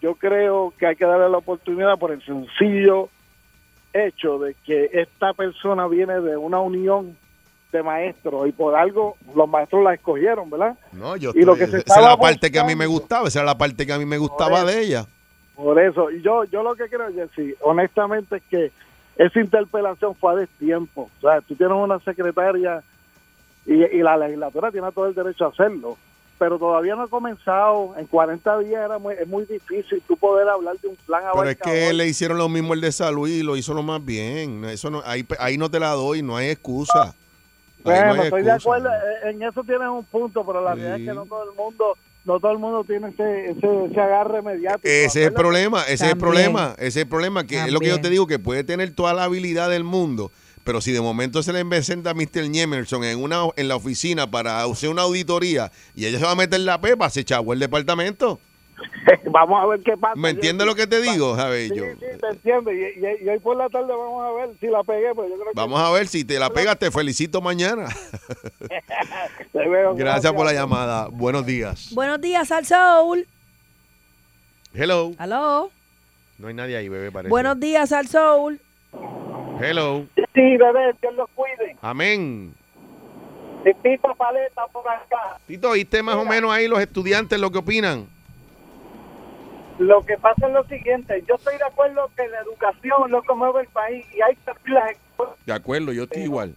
Speaker 11: yo creo que hay que darle la oportunidad por el sencillo hecho de que esta persona viene de una unión de maestros y por algo los maestros la escogieron, ¿verdad?
Speaker 5: No, yo
Speaker 11: Y lo
Speaker 5: estoy-
Speaker 11: que se
Speaker 5: esa es
Speaker 11: estaba
Speaker 5: la parte que a mí me
Speaker 11: buscando.
Speaker 5: gustaba, esa era la parte que a mí me gustaba de ella.
Speaker 11: Por eso, y yo, yo lo que creo, Jessy, honestamente es que esa interpelación fue a destiempo. O sea, tú tienes una secretaria y, y la legislatura tiene todo el derecho a hacerlo, pero todavía no ha comenzado. En 40 días era muy, es muy difícil tú poder hablar de un plan
Speaker 5: Pero es
Speaker 11: abarcador.
Speaker 5: que le hicieron lo mismo el de salud y lo hizo lo más bien. Eso no, ahí, ahí no te la doy, no hay excusa. Ahí no hay
Speaker 11: Bueno, estoy de
Speaker 5: excusa.
Speaker 11: acuerdo, eh, en eso tienes un punto, pero la realidad es que
Speaker 5: Sí.
Speaker 11: no todo el mundo, no todo el mundo tiene ese, ese, ese agarre mediático.
Speaker 5: Ese es el
Speaker 11: Acuérdate-
Speaker 5: problema, ese es el
Speaker 4: También.
Speaker 5: problema, ese es el problema, que es lo que yo te
Speaker 4: También.
Speaker 5: digo, que puede tener toda la habilidad del mundo, pero si de momento se le presenta a Mr. Niemerson en una en la oficina para hacer una auditoría y ella se va a meter la pepa, se chavo el departamento.
Speaker 11: Vamos a ver qué pasa.
Speaker 5: ¿Me entiendes lo que te digo, Javier?
Speaker 11: Sí,
Speaker 5: Yo-
Speaker 11: sí, te entiendo. Y, y- y hoy por la tarde vamos a ver si la pegué, pero yo creo que...
Speaker 5: Vamos a ver si te la pegas, te felicito mañana.
Speaker 11: Te veo,
Speaker 5: Gracias por la llamada. Buenos días.
Speaker 4: Buenos días al Soul.
Speaker 5: Hello.
Speaker 4: Aló.
Speaker 5: No hay nadie ahí, bebé, parece.
Speaker 4: Buenos días al Soul.
Speaker 5: Hello.
Speaker 11: Sí, bebé, Dios los cuide.
Speaker 5: Amén.
Speaker 11: Tito Paleta por acá.
Speaker 5: Tito, ¿oíste más o menos ahí los estudiantes lo que opinan?
Speaker 11: Lo que pasa es lo siguiente. Yo estoy de acuerdo que la educación es lo que mueve el país y hay que abrir las escuelas.
Speaker 5: De acuerdo, yo estoy igual.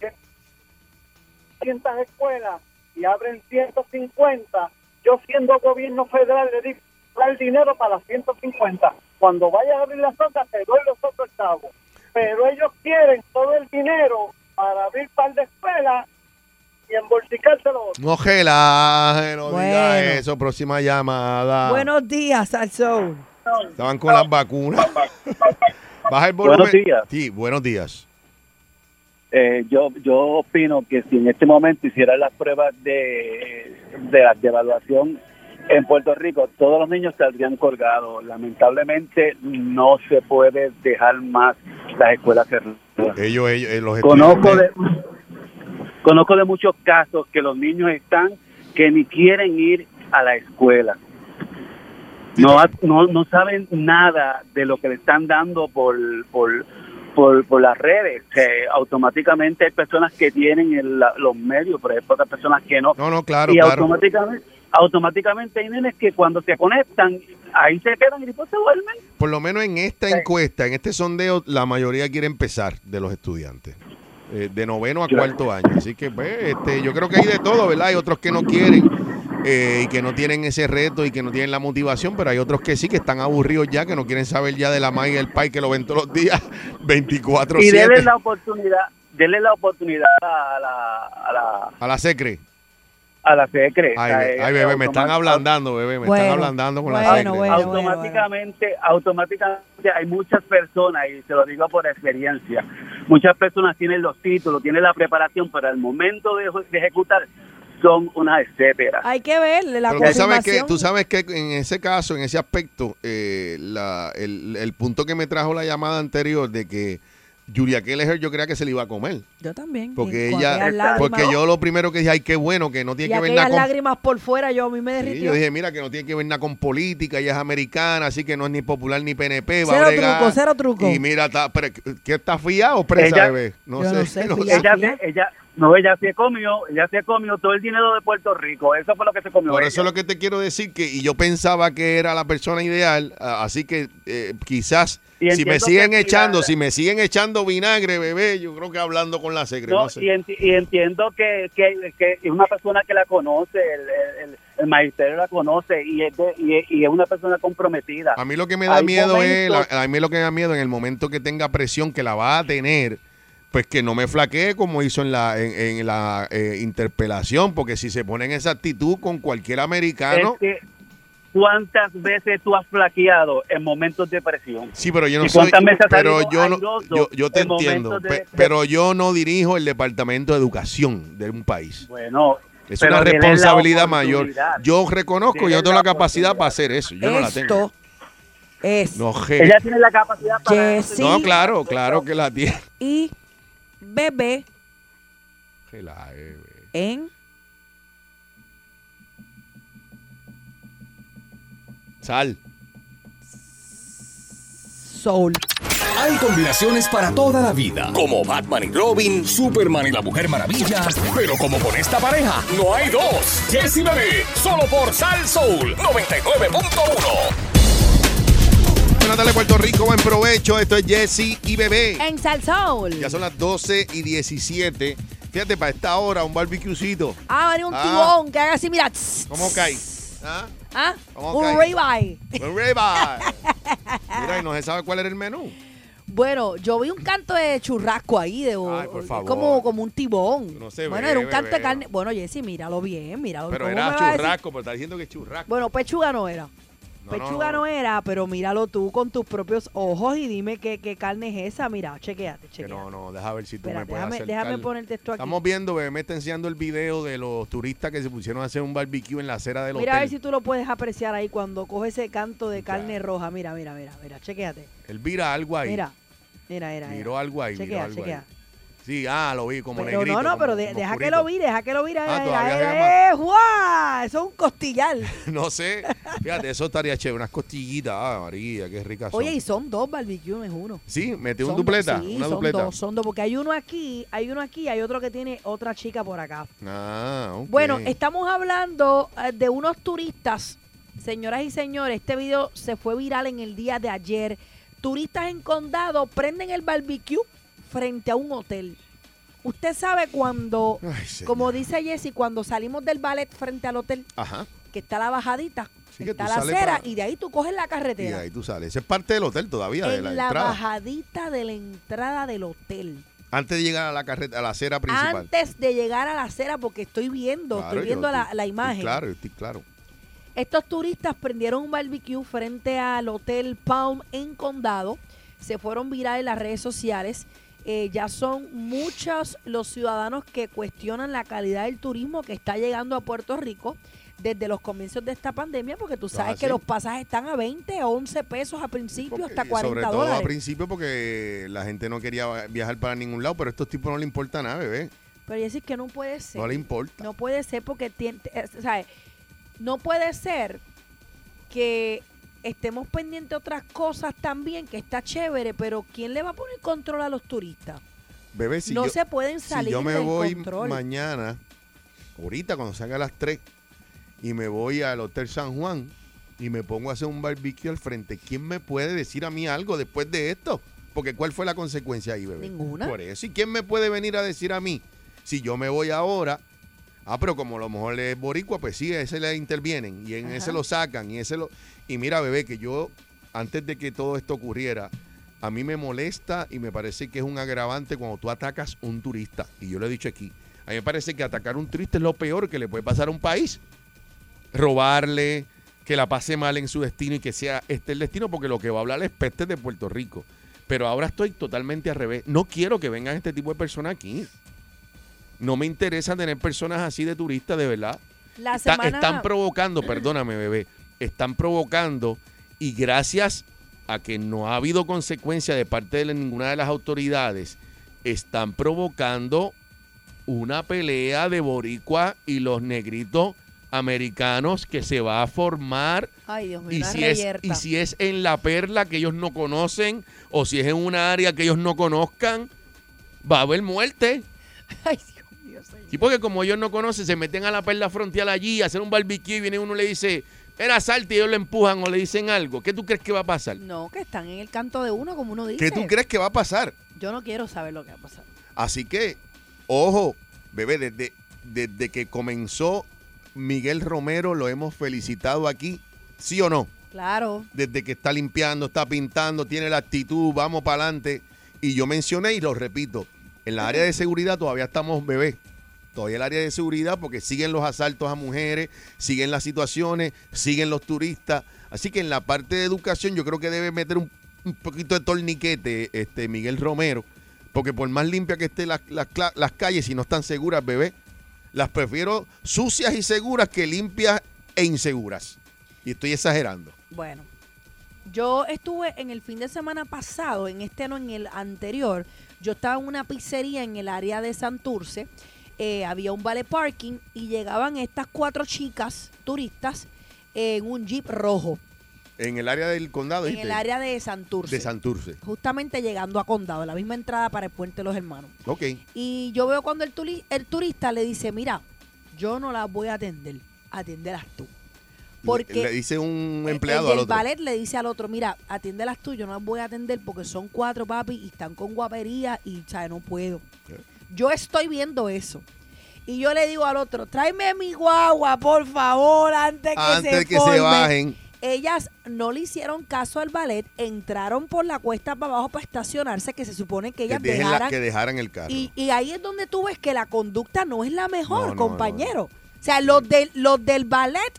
Speaker 11: 300 escuelas y abren 150. Yo siendo gobierno federal le digo el dinero para las 150. Cuando vayas a abrir las otras, te doy los otros chavos. Pero ellos quieren todo el dinero para abrir par de escuelas y embolsicárselo.
Speaker 5: No relaje, no diga
Speaker 4: Bueno.
Speaker 5: eso. Próxima llamada.
Speaker 4: Buenos días al Soul.
Speaker 5: Estaban con las vacunas. Baja el volumen.
Speaker 12: Buenos días.
Speaker 5: Sí, buenos días.
Speaker 12: Eh, yo, yo opino que si en este momento hicieran las pruebas de, de, la- de evaluación en Puerto Rico, todos los niños saldrían colgados. Lamentablemente no se puede dejar más las escuelas cerradas.
Speaker 5: Ellos, ellos, eh, los
Speaker 12: Conozco de,
Speaker 5: estudiantes-
Speaker 12: conozco de muchos casos que los niños están que ni quieren ir a la escuela. No, ha- no, no saben nada de lo que le están dando por, por, por, por las redes. Eh, automáticamente hay personas que tienen el- la- los medios, pero hay otras personas que no.
Speaker 5: No, no, claro,
Speaker 12: y
Speaker 5: claro.
Speaker 12: automáticamente, automáticamente hay nenes que cuando se conectan, ahí se quedan y después se vuelven.
Speaker 5: Por lo menos en esta encuesta, en este sondeo, la mayoría quiere empezar de los estudiantes. eh, de noveno a cuarto año. Así que, pues, este, yo creo que hay de todo, ¿verdad? Hay otros que no quieren. eh, y que no tienen ese reto y que no tienen la motivación, pero hay otros que sí, que están aburridos ya, que no quieren saber ya de la magia y el pai que lo ven todos los días 24-7.
Speaker 12: Y denle la oportunidad, denle la oportunidad a la, a la,
Speaker 5: A la secre.
Speaker 12: a la secre.
Speaker 5: Ay,
Speaker 12: O sea,
Speaker 5: be-
Speaker 12: ella
Speaker 5: ay, bebé, me están
Speaker 12: automáticamente-
Speaker 5: ablandando, bebé, me están ablandando con la secre.
Speaker 12: automáticamente, automáticamente hay muchas personas, y se lo digo por experiencia, muchas personas tienen los títulos, tienen la preparación, pero al momento de, de ejecutar son unas etcéteras.
Speaker 4: Hay que ver la
Speaker 5: Pero tú sabes, que,
Speaker 4: confirmación.
Speaker 5: tú sabes que en ese caso, en ese aspecto, eh, la- el, el punto que me trajo la llamada anterior de que Julia Kelleher yo creía que se le iba a comer.
Speaker 4: Yo también.
Speaker 5: Porque
Speaker 4: Y con aquellas
Speaker 5: ella,
Speaker 4: lágrimas-
Speaker 5: porque yo lo primero que dije, ay, qué bueno, que no
Speaker 4: Y
Speaker 5: tiene que ver
Speaker 4: aquellas
Speaker 5: nada con
Speaker 4: lágrimas por fuera, yo a mí me
Speaker 5: Sí,
Speaker 4: derritió.
Speaker 5: yo dije, mira, que no tiene que ver nada con política, ella es americana, así que no es ni popular ni PNP. Va
Speaker 4: Cero
Speaker 5: a bregar.
Speaker 4: truco, cero truco.
Speaker 5: Y mira, está, pero, ¿qué está fiado o presa,
Speaker 12: Ella-
Speaker 5: bebé? No
Speaker 12: Yo
Speaker 5: sé.
Speaker 12: no
Speaker 5: no sé.
Speaker 12: ella, se- ella- no, ella se comió, ella se comió todo el dinero de Puerto Rico, eso fue lo que se comió.
Speaker 5: Por
Speaker 12: ella.
Speaker 5: eso es lo que te quiero decir, que y yo pensaba que era la persona ideal, a- así que eh, quizás
Speaker 12: Y
Speaker 5: si me
Speaker 12: entiendo
Speaker 5: siguen
Speaker 12: que-
Speaker 5: echando, si me siguen echando vinagre, bebé, yo creo que hablando con la secre,
Speaker 12: No,
Speaker 5: no sé.
Speaker 12: y, enti- y entiendo que, que, que una persona que la conoce, el, el- el- el magisterio la conoce y es, de- y, es- y es una persona comprometida.
Speaker 5: A mí lo que me da
Speaker 12: Hay
Speaker 5: miedo es,
Speaker 12: momentos-
Speaker 5: la- a mí lo que me da miedo en el momento que tenga presión, que la va a tener, pues que no me flaquee como hizo en la, en, en la eh, interpelación, porque si se pone en esa actitud con cualquier americano,
Speaker 12: Es que, ¿Cuántas veces tú has flaqueado en momentos de presión?
Speaker 5: Sí, pero yo no
Speaker 12: ¿Y
Speaker 5: soy.
Speaker 12: cuántas veces has
Speaker 5: Pero
Speaker 12: salido
Speaker 5: yo, no,
Speaker 12: airoso
Speaker 5: yo, yo te
Speaker 12: en momentos
Speaker 5: entiendo.
Speaker 12: de- este
Speaker 5: pe-
Speaker 12: de-
Speaker 5: pero yo no dirijo el departamento de educación de un país.
Speaker 12: Bueno.
Speaker 5: Es
Speaker 12: pero
Speaker 5: una
Speaker 12: denle la
Speaker 5: responsabilidad mayor.
Speaker 12: oportunidad.
Speaker 5: Yo reconozco, yo
Speaker 12: Denle
Speaker 5: no tengo
Speaker 12: la
Speaker 5: la capacidad para hacer eso. Yo no la tengo.
Speaker 4: Esto es.
Speaker 5: No, je-
Speaker 12: Ella tiene la capacidad para...
Speaker 4: Jessy
Speaker 5: no, claro, claro que la tiene.
Speaker 4: y Bebé
Speaker 5: Que la, eh,
Speaker 4: en.
Speaker 5: Sal.
Speaker 4: Soul.
Speaker 1: Hay combinaciones para toda la vida, como Batman y Robin, Superman y la Mujer Maravilla, pero como con esta pareja, no hay dos. Jessy Bebé, solo por Sal Soul 99.1.
Speaker 5: Buenas tardes, Puerto Rico. Buen provecho. Esto es Jesse y Bebé.
Speaker 4: En Sal Soul.
Speaker 5: Ya son las 12 y 17. Fíjate, para esta hora, un barbecuecito.
Speaker 4: Ah, viene un
Speaker 5: Ah.
Speaker 4: tibón que haga así, mira. tss,
Speaker 5: ¿Cómo
Speaker 4: tss,
Speaker 5: cae? ¿Ah?
Speaker 4: ¿Ah?
Speaker 5: ¿Cómo
Speaker 4: Un
Speaker 5: cae?
Speaker 4: ribeye.
Speaker 5: Un ribeye. Mira, y no se sabe cuál era el menú.
Speaker 4: Bueno, yo vi un canto de churrasco ahí, de
Speaker 5: Ay, por
Speaker 4: es
Speaker 5: favor.
Speaker 4: Como, como un tibón.
Speaker 5: No se
Speaker 4: bueno,
Speaker 5: ve,
Speaker 4: era un canto de
Speaker 5: bebé.
Speaker 4: carne. Bueno, Jessy, míralo bien, míralo.
Speaker 5: Pero
Speaker 4: ¿Cómo me
Speaker 5: era
Speaker 4: vas a decir?
Speaker 5: churrasco, pero está diciendo que es churrasco.
Speaker 4: Bueno, pechuga no era.
Speaker 5: No,
Speaker 4: pechuga no,
Speaker 5: no, no.
Speaker 4: era, pero míralo tú con tus propios ojos y dime qué, qué carne es esa. Mira, chequeate, chequeate.
Speaker 5: No, no, deja ver si tú
Speaker 4: Espera,
Speaker 5: me puedes
Speaker 4: déjame-
Speaker 5: acercar.
Speaker 4: déjame ponerte esto aquí.
Speaker 5: Estamos viendo, bebé, me está enseñando el video de los turistas que se pusieron a hacer un barbecue en la acera del
Speaker 4: Mira a ver
Speaker 5: hotel.
Speaker 4: si tú lo puedes apreciar ahí cuando coge ese canto de carne roja. Mira, mira, mira, mira, chequéate.
Speaker 5: Él vira algo ahí.
Speaker 4: Mira, mira, mira. mira.
Speaker 5: Miró algo ahí, miró
Speaker 4: Chequea,
Speaker 5: algo
Speaker 4: chequea.
Speaker 5: ahí. Sí, ah, lo vi como
Speaker 4: Pero
Speaker 5: negrito.
Speaker 4: no, no,
Speaker 5: como-
Speaker 4: pero de-
Speaker 5: como
Speaker 4: deja que
Speaker 5: oscurito.
Speaker 4: lo mire, deja que lo mire. eh,
Speaker 5: Ah, todavía se
Speaker 4: eh,
Speaker 5: llama.
Speaker 4: eh, ¡guau! Eso es un costillar.
Speaker 5: No sé. Fíjate, eso estaría chévere. Unas costillitas. Ah, María, qué rica son.
Speaker 4: Oye, y son dos barbecue, es uno.
Speaker 5: sí, metí un
Speaker 4: Son
Speaker 5: dupleta.
Speaker 4: dos, sí,
Speaker 5: una
Speaker 4: son
Speaker 5: dupleta.
Speaker 4: dos, son dos, porque hay uno aquí, hay uno aquí, hay otro que tiene otra chica por acá.
Speaker 5: Ah, ok.
Speaker 4: Bueno, estamos hablando eh, de unos turistas, señoras y señores, este video se fue viral en el día de ayer. Turistas en condado prenden el barbecue frente a un hotel. Usted sabe cuando,
Speaker 5: Ay, señor.
Speaker 4: como dice Jesse, cuando salimos del ballet frente al hotel,
Speaker 5: Ajá.
Speaker 4: que está la bajadita,
Speaker 5: Sí, que
Speaker 4: está
Speaker 5: tú
Speaker 4: la
Speaker 5: sales
Speaker 4: acera
Speaker 5: para-
Speaker 4: y de ahí tú coges la
Speaker 5: Y
Speaker 4: carretera.
Speaker 5: ahí tú sales. Esa es parte del hotel todavía, de
Speaker 4: en
Speaker 5: la,
Speaker 4: la,
Speaker 5: entrada.
Speaker 4: bajadita de la entrada del hotel.
Speaker 5: Antes de llegar a la carreta, a la acera principal.
Speaker 4: Antes de llegar a la acera, porque estoy viendo,
Speaker 5: Claro,
Speaker 4: estoy
Speaker 5: yo
Speaker 4: viendo la,
Speaker 5: estoy-
Speaker 4: la
Speaker 5: estoy
Speaker 4: imagen.
Speaker 5: Claro, yo estoy claro.
Speaker 4: Estos turistas prendieron un barbecue frente al Hotel Palm en Condado. Se fueron virales en las redes sociales. Eh, ya son muchos los ciudadanos que cuestionan la calidad del turismo que está llegando a Puerto Rico desde los comienzos de esta pandemia, porque tú
Speaker 5: Eso es
Speaker 4: sabes que
Speaker 5: así.
Speaker 4: los pasajes están a 20, 11 pesos a principio,
Speaker 5: Porque-
Speaker 4: hasta
Speaker 5: y
Speaker 4: 40
Speaker 5: sobre todo
Speaker 4: dólares.
Speaker 5: al principio porque la gente no quería viajar para ningún lado, pero a estos tipos no le importa nada, bebé.
Speaker 4: Pero decir que no puede ser.
Speaker 5: No le importa.
Speaker 4: No puede ser porque tiene, eh, o sea, no puede ser que estemos pendientes de otras cosas también, que está chévere, pero ¿quién le va a poner control a los turistas?
Speaker 5: Bebé, si
Speaker 4: no
Speaker 5: yo,
Speaker 4: se pueden salir
Speaker 5: si yo me
Speaker 4: del
Speaker 5: voy
Speaker 4: control.
Speaker 5: mañana, ahorita cuando salga a las 3, y me voy al Hotel San Juan y me pongo a hacer un barbecue al frente, ¿quién me puede decir a mí algo después de esto? Porque ¿cuál fue la consecuencia ahí, bebé?
Speaker 4: Ninguna.
Speaker 5: Por eso, ¿y quién me puede venir a decir a mí? Si yo me voy ahora Ah, pero como a lo mejor es boricua, pues sí, a ese le intervienen y en ese lo sacan y ese lo... Y mira, bebé, que yo, antes de que todo esto ocurriera, a mí me molesta y me parece que es un agravante cuando tú atacas un turista. Y yo lo he dicho aquí. A mí me parece que atacar un turista es lo peor que le puede pasar a un país. Robarle, que la pase mal en su destino y que sea este el destino, porque lo que va a hablar es peste de Puerto Rico. Pero ahora estoy totalmente al revés. No quiero que vengan este tipo de personas aquí. No me interesa tener personas así de turistas, de verdad.
Speaker 4: La
Speaker 5: Está-
Speaker 4: semana-
Speaker 5: Están provocando, perdóname, bebé, están provocando y gracias a que no ha habido consecuencia de parte de la- ninguna de las autoridades, están provocando una pelea de boricua y los negritos americanos que se va a formar
Speaker 4: Ay, Dios mío,
Speaker 5: y
Speaker 4: una
Speaker 5: si, es,
Speaker 4: reyerta.
Speaker 5: y si es en la perla que ellos no conocen o si es en una área que ellos no conozcan, va a haber muerte.
Speaker 4: Ay,
Speaker 5: Dios mío, Sí, porque como ellos no conocen, se meten a la perla frontal allí, a hacer un barbecue y viene uno y le dice, era salte y ellos le empujan o le dicen algo. ¿Qué tú crees que va a pasar?
Speaker 4: No, que están en el canto de uno, como uno dice.
Speaker 5: ¿Qué tú crees que va a pasar?
Speaker 4: Yo no quiero saber lo que va a pasar.
Speaker 5: Así que, ojo, bebé, desde, desde que comenzó Miguel Romero lo hemos felicitado aquí, ¿sí o no?
Speaker 4: Claro.
Speaker 5: desde que está limpiando, está pintando, tiene la actitud, vamos para adelante. Y yo mencioné y lo repito, en la área de seguridad todavía estamos bebés. Todavía el área de seguridad porque siguen los asaltos a mujeres, siguen las situaciones, siguen los turistas. Así que en la parte de educación yo creo que debe meter un, un poquito de torniquete este Miguel Romero. Porque por más limpia que estén las, las cla- las calles, si no están seguras, bebé, las prefiero sucias y seguras que limpias e inseguras. Y estoy exagerando.
Speaker 4: Bueno, yo estuve en el fin de semana pasado, en este no, en el anterior, yo estaba en una pizzería en el área de Santurce, eh, había un vale parking y llegaban estas cuatro chicas turistas en un jeep rojo,
Speaker 5: En el área del condado.
Speaker 4: en
Speaker 5: Ah, ¿viste?
Speaker 4: el área de Santurce,
Speaker 5: de Santurce.
Speaker 4: justamente llegando a Condado, la misma entrada para el Puente de los Hermanos.
Speaker 5: Ok.
Speaker 4: Y yo veo cuando el, tuli- el turista le dice, mira, yo no las voy a atender, atenderás tú. Porque
Speaker 5: le dice un
Speaker 4: Eh, el
Speaker 5: empleado
Speaker 4: del
Speaker 5: al otro.
Speaker 4: ballet le dice al otro, mira, atiéndelas tú, yo no las voy a atender porque son cuatro papi y están con guapería y sea, no puedo. Yo estoy viendo eso. Y yo le digo al otro, tráeme mi guagua, por favor, antes que,
Speaker 5: Antes
Speaker 4: se,
Speaker 5: que se
Speaker 4: forme".
Speaker 5: bajen.
Speaker 4: Ellas no le hicieron caso al ballet, entraron por la cuesta para abajo para estacionarse, que se supone que
Speaker 5: Que
Speaker 4: ellas
Speaker 5: dejen la-
Speaker 4: dejaran.
Speaker 5: que dejaran el carro.
Speaker 4: Y, y ahí es donde tú ves que la conducta no es la mejor,
Speaker 5: No, no,
Speaker 4: compañero. O sea, los, del los del ballet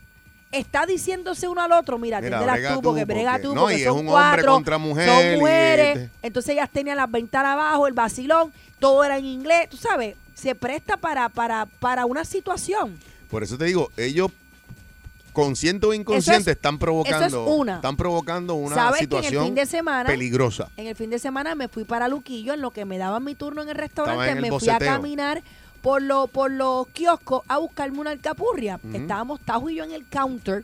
Speaker 4: está diciéndose uno al otro, mira,
Speaker 5: Mira,
Speaker 4: atiéndelas
Speaker 5: brega
Speaker 4: tú,
Speaker 5: tú,
Speaker 4: porque brega tú,
Speaker 5: porque- no,
Speaker 4: porque
Speaker 5: y es
Speaker 4: son
Speaker 5: un hombre
Speaker 4: cuatro,
Speaker 5: contra mujer,
Speaker 4: son
Speaker 5: y
Speaker 4: mujeres.
Speaker 5: este-
Speaker 4: Entonces ellas tenían las ventanas abajo, el vacilón, todo era en inglés, tú sabes, se presta para, para, para una situación.
Speaker 5: Por eso te digo, ellos consciente o inconsciente
Speaker 4: Eso es-
Speaker 5: están provocando
Speaker 4: eso es una.
Speaker 5: están provocando una
Speaker 4: ¿Sabes que en el
Speaker 5: situación
Speaker 4: fin de semana
Speaker 5: peligrosa.
Speaker 4: En el fin de semana me fui para Luquillo, en lo que me daban mi turno en el restaurante,
Speaker 5: Estaba en el
Speaker 4: me fui a
Speaker 5: boceteo.
Speaker 4: caminar por, lo, por los kioscos a buscarme una alcapurria.
Speaker 5: Ujú.
Speaker 4: Estábamos Tajo y yo en el counter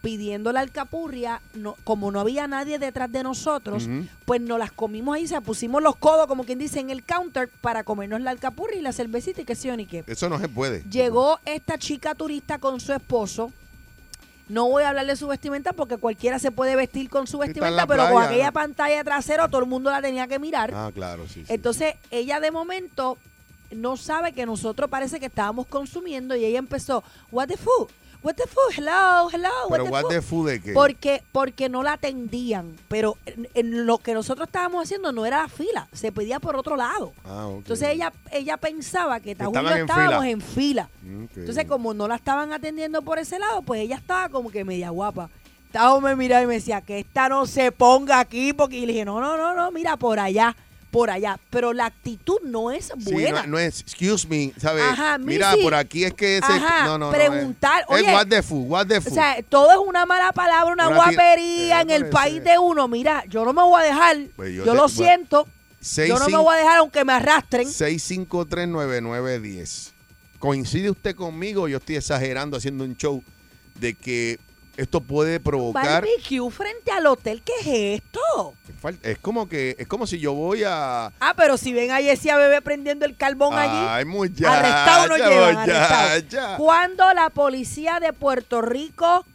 Speaker 4: pidiendo la alcapurria, no, como no había nadie detrás de nosotros,
Speaker 5: Ujú.
Speaker 4: pues nos las comimos ahí, se pusimos los codos, como quien dice, en el counter para comernos la alcapurria y la cervecita y qué sé yo ni qué.
Speaker 5: Eso no se puede.
Speaker 4: Llegó esta chica turista con su esposo. No voy a hablar de su vestimenta porque cualquiera se puede vestir con su
Speaker 5: en
Speaker 4: vestimenta,
Speaker 5: la
Speaker 4: pero con
Speaker 5: playa,
Speaker 4: aquella
Speaker 5: ¿no?
Speaker 4: pantalla trasera todo el mundo la tenía que mirar.
Speaker 5: Ah, claro, sí. sí.
Speaker 4: Entonces, ella de momento no sabe que nosotros parece que estábamos consumiendo y ella empezó, what the food, what the food, hello, hello,
Speaker 5: Pero what the food de qué?
Speaker 4: Porque, porque no la atendían, pero en, en lo que nosotros estábamos haciendo no era la fila, se pedía por otro lado.
Speaker 5: Ah, ok.
Speaker 4: Entonces ella, ella pensaba que Tajú y yo
Speaker 5: estaban en
Speaker 4: estábamos
Speaker 5: fila.
Speaker 4: en fila.
Speaker 5: Ok.
Speaker 4: Entonces, como no la estaban atendiendo por ese lado, pues ella estaba como que media guapa. Tajo me miraba y me decía, que esta no se ponga aquí, porque y le dije, no, no, no, no, mira, por allá, por allá. Pero la actitud no es
Speaker 5: Sí,
Speaker 4: buena.
Speaker 5: no, no es, excuse me, ¿sabes?
Speaker 4: Ajá,
Speaker 5: Mira,
Speaker 4: Missy.
Speaker 5: por aquí es que ese,
Speaker 4: Ajá,
Speaker 5: no, no, no,
Speaker 4: preguntar,
Speaker 5: es,
Speaker 4: oye,
Speaker 5: es what the food, what the
Speaker 4: o
Speaker 5: food.
Speaker 4: sea, todo es una mala palabra, una,
Speaker 5: Una ti-
Speaker 4: guapería
Speaker 5: Eh,
Speaker 4: en el
Speaker 5: puede
Speaker 4: país
Speaker 5: ser.
Speaker 4: de uno. Mira, yo no me voy a dejar,
Speaker 5: Pues
Speaker 4: yo,
Speaker 5: yo te-
Speaker 4: lo
Speaker 5: bueno,
Speaker 4: siento,
Speaker 5: seis,
Speaker 4: yo no me
Speaker 5: cinco-
Speaker 4: voy a dejar aunque me arrastren.
Speaker 5: 6539910. ¿Coincide usted conmigo? Yo estoy exagerando haciendo un show de que esto puede provocar.
Speaker 4: Barbecue frente al hotel, ¿qué es esto?
Speaker 5: Fal- Es como que es como si yo voy a
Speaker 4: Ah, pero si ven a Jessie a bebé prendiendo el carbón allí.
Speaker 5: Ay, muchacha,
Speaker 4: Arrestado no llevan,
Speaker 5: muchacha.
Speaker 4: arrestado. ¿Cuándo la policía de Puerto Rico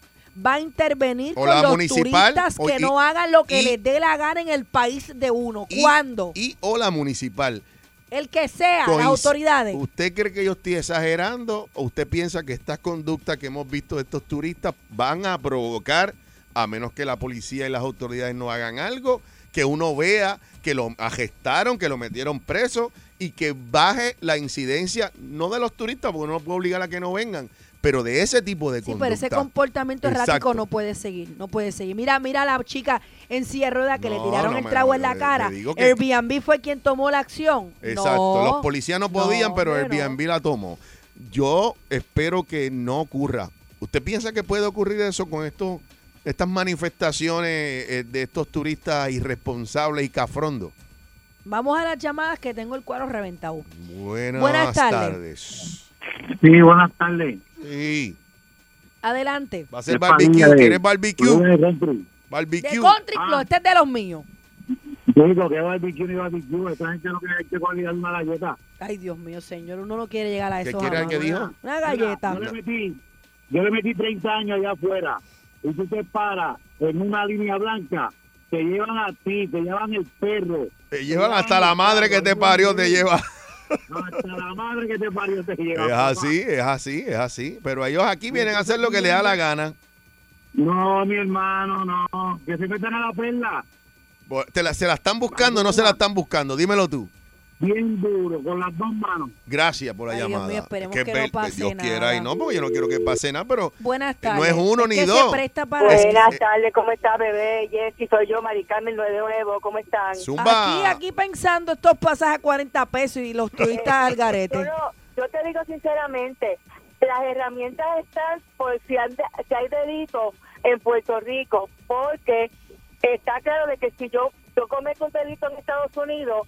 Speaker 4: va a intervenir
Speaker 5: O
Speaker 4: con
Speaker 5: la
Speaker 4: los
Speaker 5: municipal,
Speaker 4: turistas
Speaker 5: o
Speaker 4: que
Speaker 5: y-
Speaker 4: no hagan lo que
Speaker 5: y-
Speaker 4: les dé la gana en el país de uno?
Speaker 5: y-
Speaker 4: ¿Cuándo?
Speaker 5: Y o la municipal.
Speaker 4: el que sea, las
Speaker 5: Coinc-
Speaker 4: autoridades.
Speaker 5: ¿Usted cree que yo estoy exagerando o usted piensa que estas conductas que hemos visto de estos turistas van a provocar, a menos que la policía y las autoridades no hagan algo, que uno vea que lo agestaron, que lo metieron preso y que baje la incidencia, no de los turistas, porque uno no puede obligar a que no vengan, pero de ese tipo de
Speaker 4: Sí,
Speaker 5: conductas.
Speaker 4: pero ese comportamiento errático
Speaker 5: Exacto.
Speaker 4: no puede seguir, no puede seguir. Mira, mira a la chica en silla de ruedas que le
Speaker 5: No,
Speaker 4: tiraron
Speaker 5: no
Speaker 4: el
Speaker 5: me-
Speaker 4: trago en
Speaker 5: no,
Speaker 4: la
Speaker 5: le-
Speaker 4: cara.
Speaker 5: le digo que-
Speaker 4: Airbnb fue quien tomó la acción.
Speaker 5: Exacto.
Speaker 4: No.
Speaker 5: Los policías no podían, pero el Airbnb la tomó. Yo espero que no ocurra. ¿Usted piensa que puede ocurrir eso con estos, estas manifestaciones eh, de estos turistas irresponsables y cafrondos?
Speaker 4: Vamos a las llamadas que tengo el cuadro reventado.
Speaker 5: Buenas,
Speaker 4: Buenas tardes.
Speaker 5: tardes.
Speaker 12: Sí, buenas tardes.
Speaker 5: Sí.
Speaker 4: Adelante.
Speaker 5: Va a ser barbecue. ¿Quieres barbecue?
Speaker 4: De
Speaker 5: Barbecue.
Speaker 4: Country
Speaker 5: Ah.
Speaker 4: Club, este es de los míos.
Speaker 12: Digo que barbecue ni barbecue, esa gente lo que hay que cualidad una galleta.
Speaker 4: Ay, Dios mío, señor, uno no quiere llegar a
Speaker 12: ¿Qué
Speaker 4: eso.
Speaker 12: quiere
Speaker 4: jamás.
Speaker 12: que dijo?
Speaker 4: Una galleta.
Speaker 12: Yo le metí, yo le metí 30 años allá afuera y tú te paras en una línea blanca, te llevan a ti, te llevan el perro.
Speaker 5: Te llevan hasta la madre que te parió, te lleva.
Speaker 12: Hasta la madre que te parió te
Speaker 5: Es
Speaker 12: llevan.
Speaker 5: así, es así, es así. Pero ellos aquí vienen a hacer lo que les da la gana.
Speaker 12: No, mi hermano, no. Que se metan a la perla
Speaker 5: Bo- Te la- se la están buscando o no se la están buscando. Dímelo tú.
Speaker 12: bien duro, con las dos manos.
Speaker 5: Gracias por la
Speaker 12: Ay, Dios mío,
Speaker 5: llamada.
Speaker 12: esperemos
Speaker 5: Es
Speaker 12: que
Speaker 5: pe-
Speaker 12: no pase
Speaker 5: Dios quiera y no, porque yo no quiero que pase nada, pero
Speaker 4: Buenas tardes.
Speaker 5: no es uno ni
Speaker 4: que
Speaker 5: dos.
Speaker 4: Se presta para
Speaker 13: Buenas tardes, ¿cómo está, bebé? Jessy, soy yo, Mari Carmen, lo de nuevo, ¿cómo están?
Speaker 4: Aquí, aquí pensando estos pasajes a 40 pesos y los turistas al garete.
Speaker 13: No, yo te digo sinceramente, las herramientas están por si, han de- si hay delito en Puerto Rico, porque está claro de que si yo, yo cometo un delito en Estados Unidos,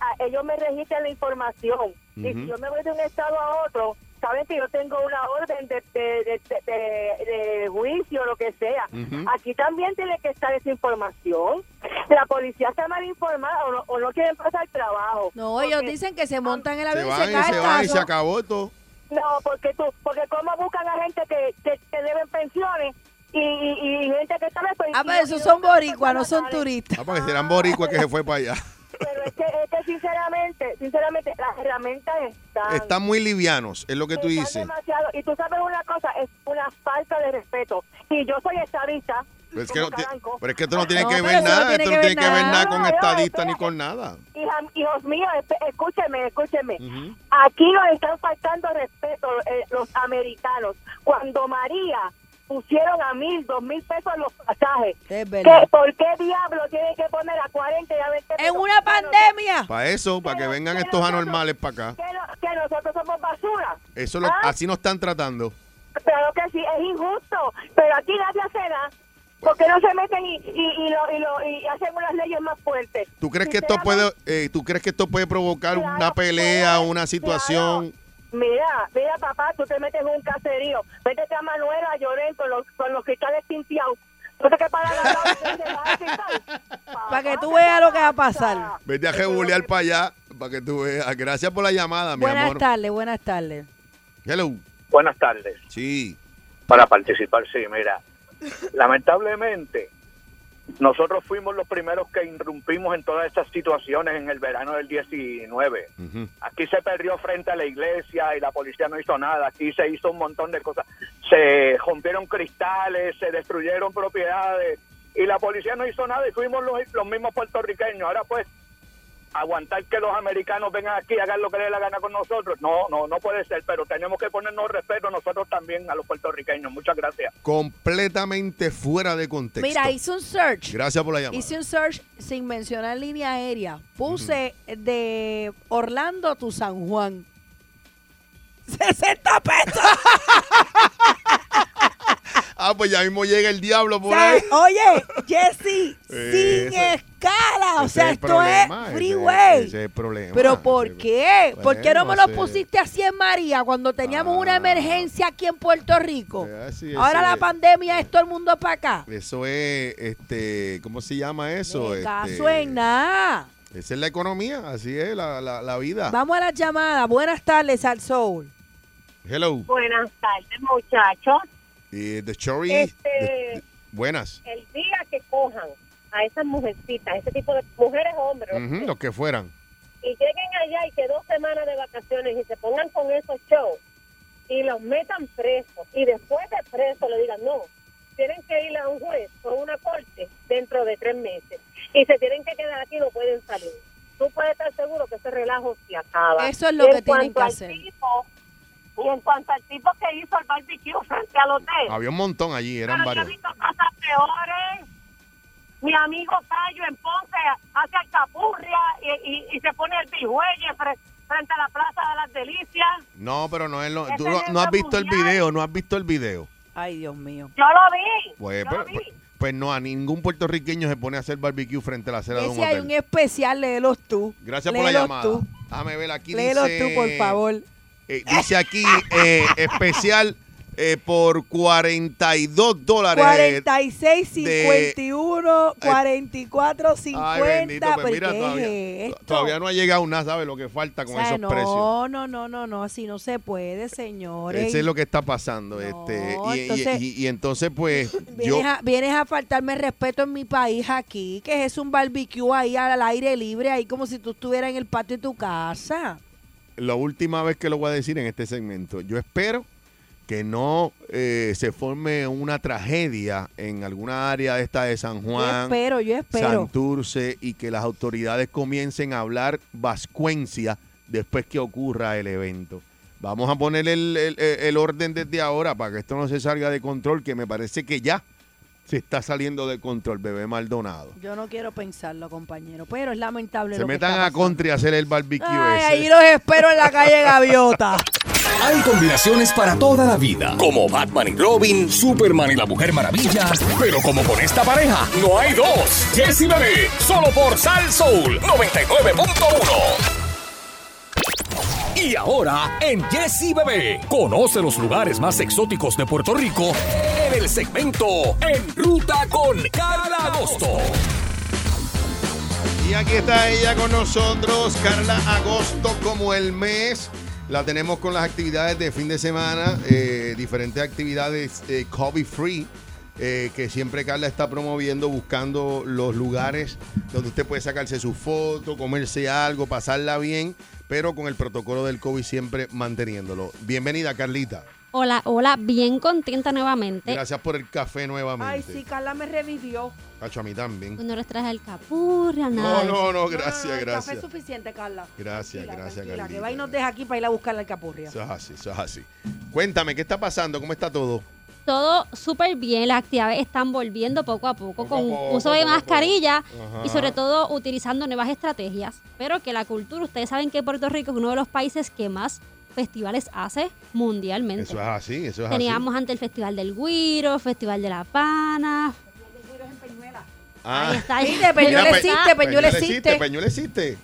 Speaker 13: a- ellos me registran la información. Y si
Speaker 14: Ujú.
Speaker 13: yo me voy de un estado a otro, saben que yo tengo una orden de, de- de- de- de juicio, lo que sea.
Speaker 14: Ujú.
Speaker 13: Aquí también tiene que estar esa información. La policía está mal informada o no, o no quieren pasar trabajo.
Speaker 4: No, ellos
Speaker 13: Porque-
Speaker 4: dicen que se montan en el
Speaker 5: se
Speaker 4: avión y
Speaker 5: van
Speaker 4: se
Speaker 5: y
Speaker 4: cae
Speaker 5: se
Speaker 4: el
Speaker 5: van y
Speaker 4: caso.
Speaker 5: se acabó todo.
Speaker 13: no, porque tú, porque cómo buscan a gente que, que, que deben pensiones y, y, y gente que está
Speaker 4: Ah, pero esos son boricuas, no son turistas.
Speaker 5: Ah, porque serán boricuas que se fue para allá.
Speaker 13: Pero es que, es que sinceramente, sinceramente, las herramientas están.
Speaker 5: Están muy livianos, es lo que tú
Speaker 13: están
Speaker 5: dices.
Speaker 13: demasiado. Y tú sabes una cosa, es una falta de respeto. Y yo soy estadista.
Speaker 5: Pero Pues es, que no, ti-
Speaker 13: caranco.
Speaker 5: pero es que esto no tiene
Speaker 13: No,
Speaker 5: que
Speaker 13: pero
Speaker 5: ver
Speaker 13: eso no
Speaker 5: nada,
Speaker 13: tiene
Speaker 5: esto
Speaker 13: que
Speaker 5: no
Speaker 13: ver
Speaker 5: tiene que ver
Speaker 13: nada.
Speaker 5: nada con
Speaker 13: No, no,
Speaker 5: estadistas ni con nada.
Speaker 13: Hija- hijos míos, esp- escúcheme, escúcheme.
Speaker 5: Ujú.
Speaker 13: Aquí nos están faltando respeto eh, los americanos. Cuando María pusieron a mil, dos mil pesos los pasajes.
Speaker 4: verdad.
Speaker 13: ¿Qué- ¿Por qué diablo tienen que poner a 40 y a 20 pesos? En una
Speaker 4: pandemia.
Speaker 5: Para eso, para que vengan estos anormales para acá.
Speaker 13: Que, no- que nosotros somos basura.
Speaker 5: Eso lo-
Speaker 13: ¿Ah?
Speaker 5: así nos están tratando.
Speaker 13: Claro que sí, es injusto. Pero aquí nadie hace nada. ¿Por qué no se meten y, y, y, lo, y, lo, y hacen unas leyes más fuertes?
Speaker 5: ¿Tú crees que esto puede eh, tú crees que esto puede provocar una pelea, una situación?
Speaker 13: Mira, mira papá, tú te metes en un caserío, métete a Manuela a llorar con los, con los cristales tinteados. Tú te que parar la
Speaker 4: Para que tú veas lo que va a pasar.
Speaker 5: Vete a rebulear para allá para que tú veas. Gracias por la llamada, mi
Speaker 4: Buenas
Speaker 5: amor.
Speaker 4: tardes, buenas tardes.
Speaker 5: Hello.
Speaker 8: Buenas tardes.
Speaker 5: Sí.
Speaker 8: Para participar, sí, mira. Lamentablemente, nosotros fuimos los primeros que irrumpimos en todas estas situaciones en el verano del 19. Aquí se perdió frente a la iglesia y la policía no hizo nada. Aquí se hizo un montón de cosas. Se rompieron cristales, se destruyeron propiedades y la policía no hizo nada y fuimos los, los mismos puertorriqueños. Ahora pues, aguantar que los americanos vengan aquí y hagan lo que les dé la gana con nosotros. No, no, no puede ser, pero tenemos que ponernos respeto nosotros también a los puertorriqueños. Muchas gracias.
Speaker 5: Completamente fuera de contexto.
Speaker 4: Mira, hice un search.
Speaker 5: Gracias por la llamada.
Speaker 4: Hice un search sin mencionar línea aérea. Puse de Orlando a tu San Juan. 60 pesos.
Speaker 5: Ah, pues ya mismo llega el diablo por ahí.
Speaker 4: ¿Sabes? Oye, Jesse, sin
Speaker 5: Ese-
Speaker 4: escala. O
Speaker 5: ese
Speaker 4: sea,
Speaker 5: el
Speaker 4: esto
Speaker 5: problema,
Speaker 4: es
Speaker 5: ese-
Speaker 4: freeway.
Speaker 5: Ese es el problema.
Speaker 4: ¿Pero por qué? ¿Por qué no me
Speaker 5: Bueno,
Speaker 4: lo
Speaker 5: sí.
Speaker 4: pusiste así en María cuando teníamos una emergencia aquí en Puerto Rico?
Speaker 5: Ah. Eh, así es,
Speaker 4: Ahora
Speaker 5: sí.
Speaker 4: la pandemia es todo el mundo para acá.
Speaker 5: Eso es, este, ¿cómo se llama eso? Este,
Speaker 4: Caso en nada.
Speaker 5: esa es la economía, así es la, la, la vida.
Speaker 4: Vamos a la llamada. Buenas tardes al Soul.
Speaker 5: Hello.
Speaker 13: Buenas tardes, muchachos.
Speaker 5: Eh, the Cherry.
Speaker 14: Este-
Speaker 5: Buenas.
Speaker 14: El día que cojan a esas mujercitas, ese tipo de mujeres, hombres,
Speaker 5: Ujú, los que fueran.
Speaker 14: y lleguen allá y que dos semanas de vacaciones y se pongan con esos shows y los metan presos y después de presos le digan no, tienen que ir a un juez o una corte dentro de tres meses y se tienen que quedar aquí y no pueden salir. Tú puedes estar seguro que ese relajo se acaba.
Speaker 4: Eso es lo
Speaker 14: Y
Speaker 4: que
Speaker 14: en
Speaker 4: tienen
Speaker 14: cuanto
Speaker 4: que
Speaker 14: al
Speaker 4: hacer.
Speaker 14: tipo- y en cuanto al tipo que hizo el barbecue frente al hotel,
Speaker 5: Había un montón allí, eran
Speaker 14: pero yo he
Speaker 5: varios.
Speaker 14: visto cosas peores. Mi amigo Cayo en Ponce hace alcapurria y, y, y se pone el pijuelle fre- frente a la Plaza de las Delicias.
Speaker 5: No, pero no es lo.
Speaker 14: Ese
Speaker 5: Tú no,
Speaker 14: es
Speaker 5: no has
Speaker 14: el
Speaker 5: visto el
Speaker 14: mundial.
Speaker 5: video, no has visto el video.
Speaker 4: Ay, Dios mío.
Speaker 14: Yo lo vi.
Speaker 5: Pues, pues, pues- pues no, a ningún puertorriqueño se pone a hacer barbecue frente a la acera de un
Speaker 4: Ese hay
Speaker 5: hotel.
Speaker 4: un especial, léelos tú.
Speaker 5: Gracias por la
Speaker 4: Léelos
Speaker 5: llamada.
Speaker 4: tú.
Speaker 5: Déjame ver aquí.
Speaker 4: Léelos
Speaker 5: dice-
Speaker 4: tú, por favor.
Speaker 5: Eh, dice aquí eh, especial eh, por 42 dólares.
Speaker 4: 46, 51,
Speaker 5: Ay.
Speaker 4: 44, 50.
Speaker 5: Ay, bendito, pues
Speaker 4: ¿pero
Speaker 5: mira,
Speaker 4: qué
Speaker 5: todavía,
Speaker 4: es esto?
Speaker 5: todavía no ha llegado nada, ¿sabes lo que falta
Speaker 4: O
Speaker 5: con
Speaker 4: sea,
Speaker 5: esos
Speaker 4: no,
Speaker 5: precios?
Speaker 4: no, no, no, no, así no se puede, señores.
Speaker 5: Ese es lo que está pasando. este, y, y-
Speaker 4: entonces-
Speaker 5: y- y entonces, pues, yo...
Speaker 4: Vienes, a, vienes a faltarme el respeto en mi país aquí, que es un barbecue ahí al aire libre, ahí como si tú estuvieras en el patio de tu casa.
Speaker 5: la última vez que lo voy a decir en este segmento. Yo espero que no eh, se forme una tragedia en alguna área de esta de San Juan.
Speaker 4: espero, yo espero.
Speaker 5: Santurce y que las autoridades comiencen a hablar vascuencia después que ocurra el evento. Vamos a poner el, el- el orden desde ahora para que esto no se salga de control, que me parece que ya se está saliendo de control, bebé Maldonado.
Speaker 4: Yo no quiero pensarlo, compañero, pero es lamentable
Speaker 5: Se
Speaker 4: lo que
Speaker 5: metan
Speaker 4: está
Speaker 5: a country a hacer el barbecue
Speaker 4: pasando.
Speaker 5: ese.
Speaker 4: Ay, ahí los espero en la calle Gaviota.
Speaker 1: Hay combinaciones para toda la vida, como Batman y Robin, Superman y la Mujer Maravilla, pero como con esta pareja, no hay dos. Jessy Bebé, solo por Sal Soul 99.1. Y ahora, en Jessy Bebé, conoce los lugares más exóticos de Puerto Rico en el segmento En Ruta con Carla Agosto.
Speaker 5: Y aquí está ella con nosotros, Carla Agosto, como el mes. La tenemos con las actividades de fin de semana, eh, diferentes actividades eh, COVID free, eh, que siempre Carla está promoviendo, buscando los lugares donde usted puede sacarse su foto, comerse algo, pasarla bien, pero con el protocolo del COVID siempre manteniéndolo. Bienvenida, Carlita.
Speaker 15: Hola, hola, bien contenta nuevamente.
Speaker 5: Gracias por el café
Speaker 4: Ay,
Speaker 5: nuevamente.
Speaker 4: sí, Carla me revivió.
Speaker 5: Cacho, a mí también.
Speaker 15: No les traje el capurria, nada.
Speaker 5: No,
Speaker 15: de
Speaker 5: no,
Speaker 15: eso.
Speaker 5: no, gracias,
Speaker 4: Café es
Speaker 5: gracias.
Speaker 4: suficiente, Carla.
Speaker 5: Gracias, gracias,
Speaker 4: Tranquila, que
Speaker 5: Carlita.
Speaker 4: va y nos deja aquí para ir a buscar la alcapurria.
Speaker 5: Eso es así, eso es así. Cuéntame, ¿qué está pasando? ¿Cómo está todo?
Speaker 15: Todo súper bien, las actividades están volviendo poco a poco, con
Speaker 5: poco,
Speaker 15: uso de
Speaker 5: poco a
Speaker 15: mascarilla
Speaker 5: Ajá.
Speaker 15: y sobre todo utilizando nuevas estrategias. Pero que la cultura, ustedes saben que Puerto Rico es uno de los países que más festivales hace mundialmente.
Speaker 5: Eso es así, eso es
Speaker 15: Teníamos ante el Festival del Guiro, Festival de La Pana.
Speaker 5: así. Ah.
Speaker 15: ahí está.
Speaker 4: Sí, de Peñuela
Speaker 5: Mira, pe-
Speaker 4: existe, Peñuela existe.
Speaker 5: Peñuela pues, existe.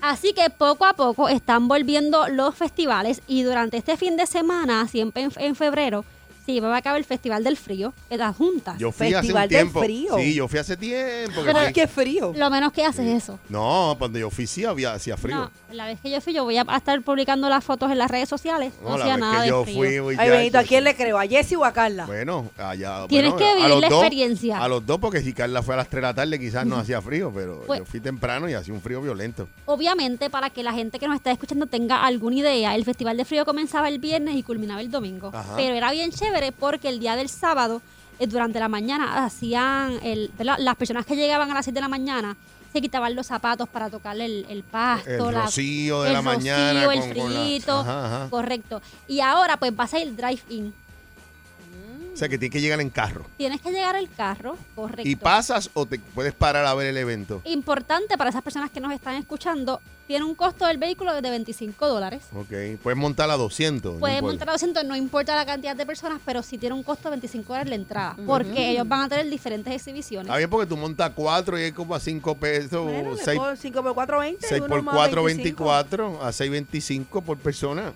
Speaker 15: Así que poco a poco están volviendo los festivales y durante este fin de semana, siempre en, en febrero, se llevaba a cabo el Festival del Frío en las juntas.
Speaker 5: Yo fui hace un tiempo. Sí, yo fui hace tiempo. que fui.
Speaker 4: frío.
Speaker 15: Lo menos que haces es eso.
Speaker 5: No, cuando yo fui sí había, hacía frío.
Speaker 15: No, la vez que yo fui, yo voy a estar publicando las fotos en las redes sociales. No,
Speaker 5: No, la
Speaker 15: hacía
Speaker 5: vez
Speaker 15: nada
Speaker 5: que
Speaker 15: de
Speaker 5: yo
Speaker 15: frío.
Speaker 5: fui, voy
Speaker 4: Ay,
Speaker 5: ya,
Speaker 4: Benito, ¿a
Speaker 5: yo-
Speaker 4: quién le creo? ¿A Jessy o a Carla?
Speaker 5: Bueno, allá.
Speaker 15: Tienes
Speaker 5: bueno,
Speaker 15: que
Speaker 5: a
Speaker 15: vivir
Speaker 5: los
Speaker 15: la
Speaker 5: dos,
Speaker 15: experiencia.
Speaker 5: A los dos, porque si Carla fue a las 3 de la tarde, quizás no hacía frío, pero
Speaker 15: Pues-
Speaker 5: yo fui temprano y hacía un frío violento.
Speaker 15: Obviamente, para que la gente que nos está escuchando tenga alguna idea, el Festival de Frío comenzaba el viernes y culminaba el domingo.
Speaker 5: Ajá.
Speaker 15: Pero era bien chévere porque el día del sábado, eh, durante la mañana, hacían, el, ¿verdad? las personas que llegaban a las 6 de la mañana se quitaban los zapatos para tocar el, el pasto,
Speaker 5: El
Speaker 15: la-
Speaker 5: rocío de
Speaker 15: el
Speaker 5: la mañana
Speaker 15: rocío,
Speaker 5: con-
Speaker 15: el
Speaker 5: con la-
Speaker 15: frito,
Speaker 5: Ajá, ajá.
Speaker 15: correcto. Y ahora pues vas a el drive-in.
Speaker 5: O sea, que tienes que llegar en carro.
Speaker 15: Tienes que llegar al carro, correcto.
Speaker 5: ¿Y pasas o te puedes parar a ver el evento?
Speaker 15: Importante para esas personas que nos están escuchando, tiene un costo del vehículo de 25 dólares.
Speaker 5: Ok, puedes montar a 200. no
Speaker 15: Puedes
Speaker 5: importa.
Speaker 15: montar a 200, no importa la cantidad de personas, pero si tiene un costo de 25 dólares la entrada, porque
Speaker 5: Ujú.
Speaker 15: ellos van a tener diferentes exhibiciones.
Speaker 5: Está bien porque tú montas 4 y hay como a 5 pesos,
Speaker 4: Le
Speaker 5: 6
Speaker 4: puedo 5 por 4, 20. uno
Speaker 5: por
Speaker 4: más
Speaker 5: 4,
Speaker 4: 25.
Speaker 5: 24, a 6, 25 por persona.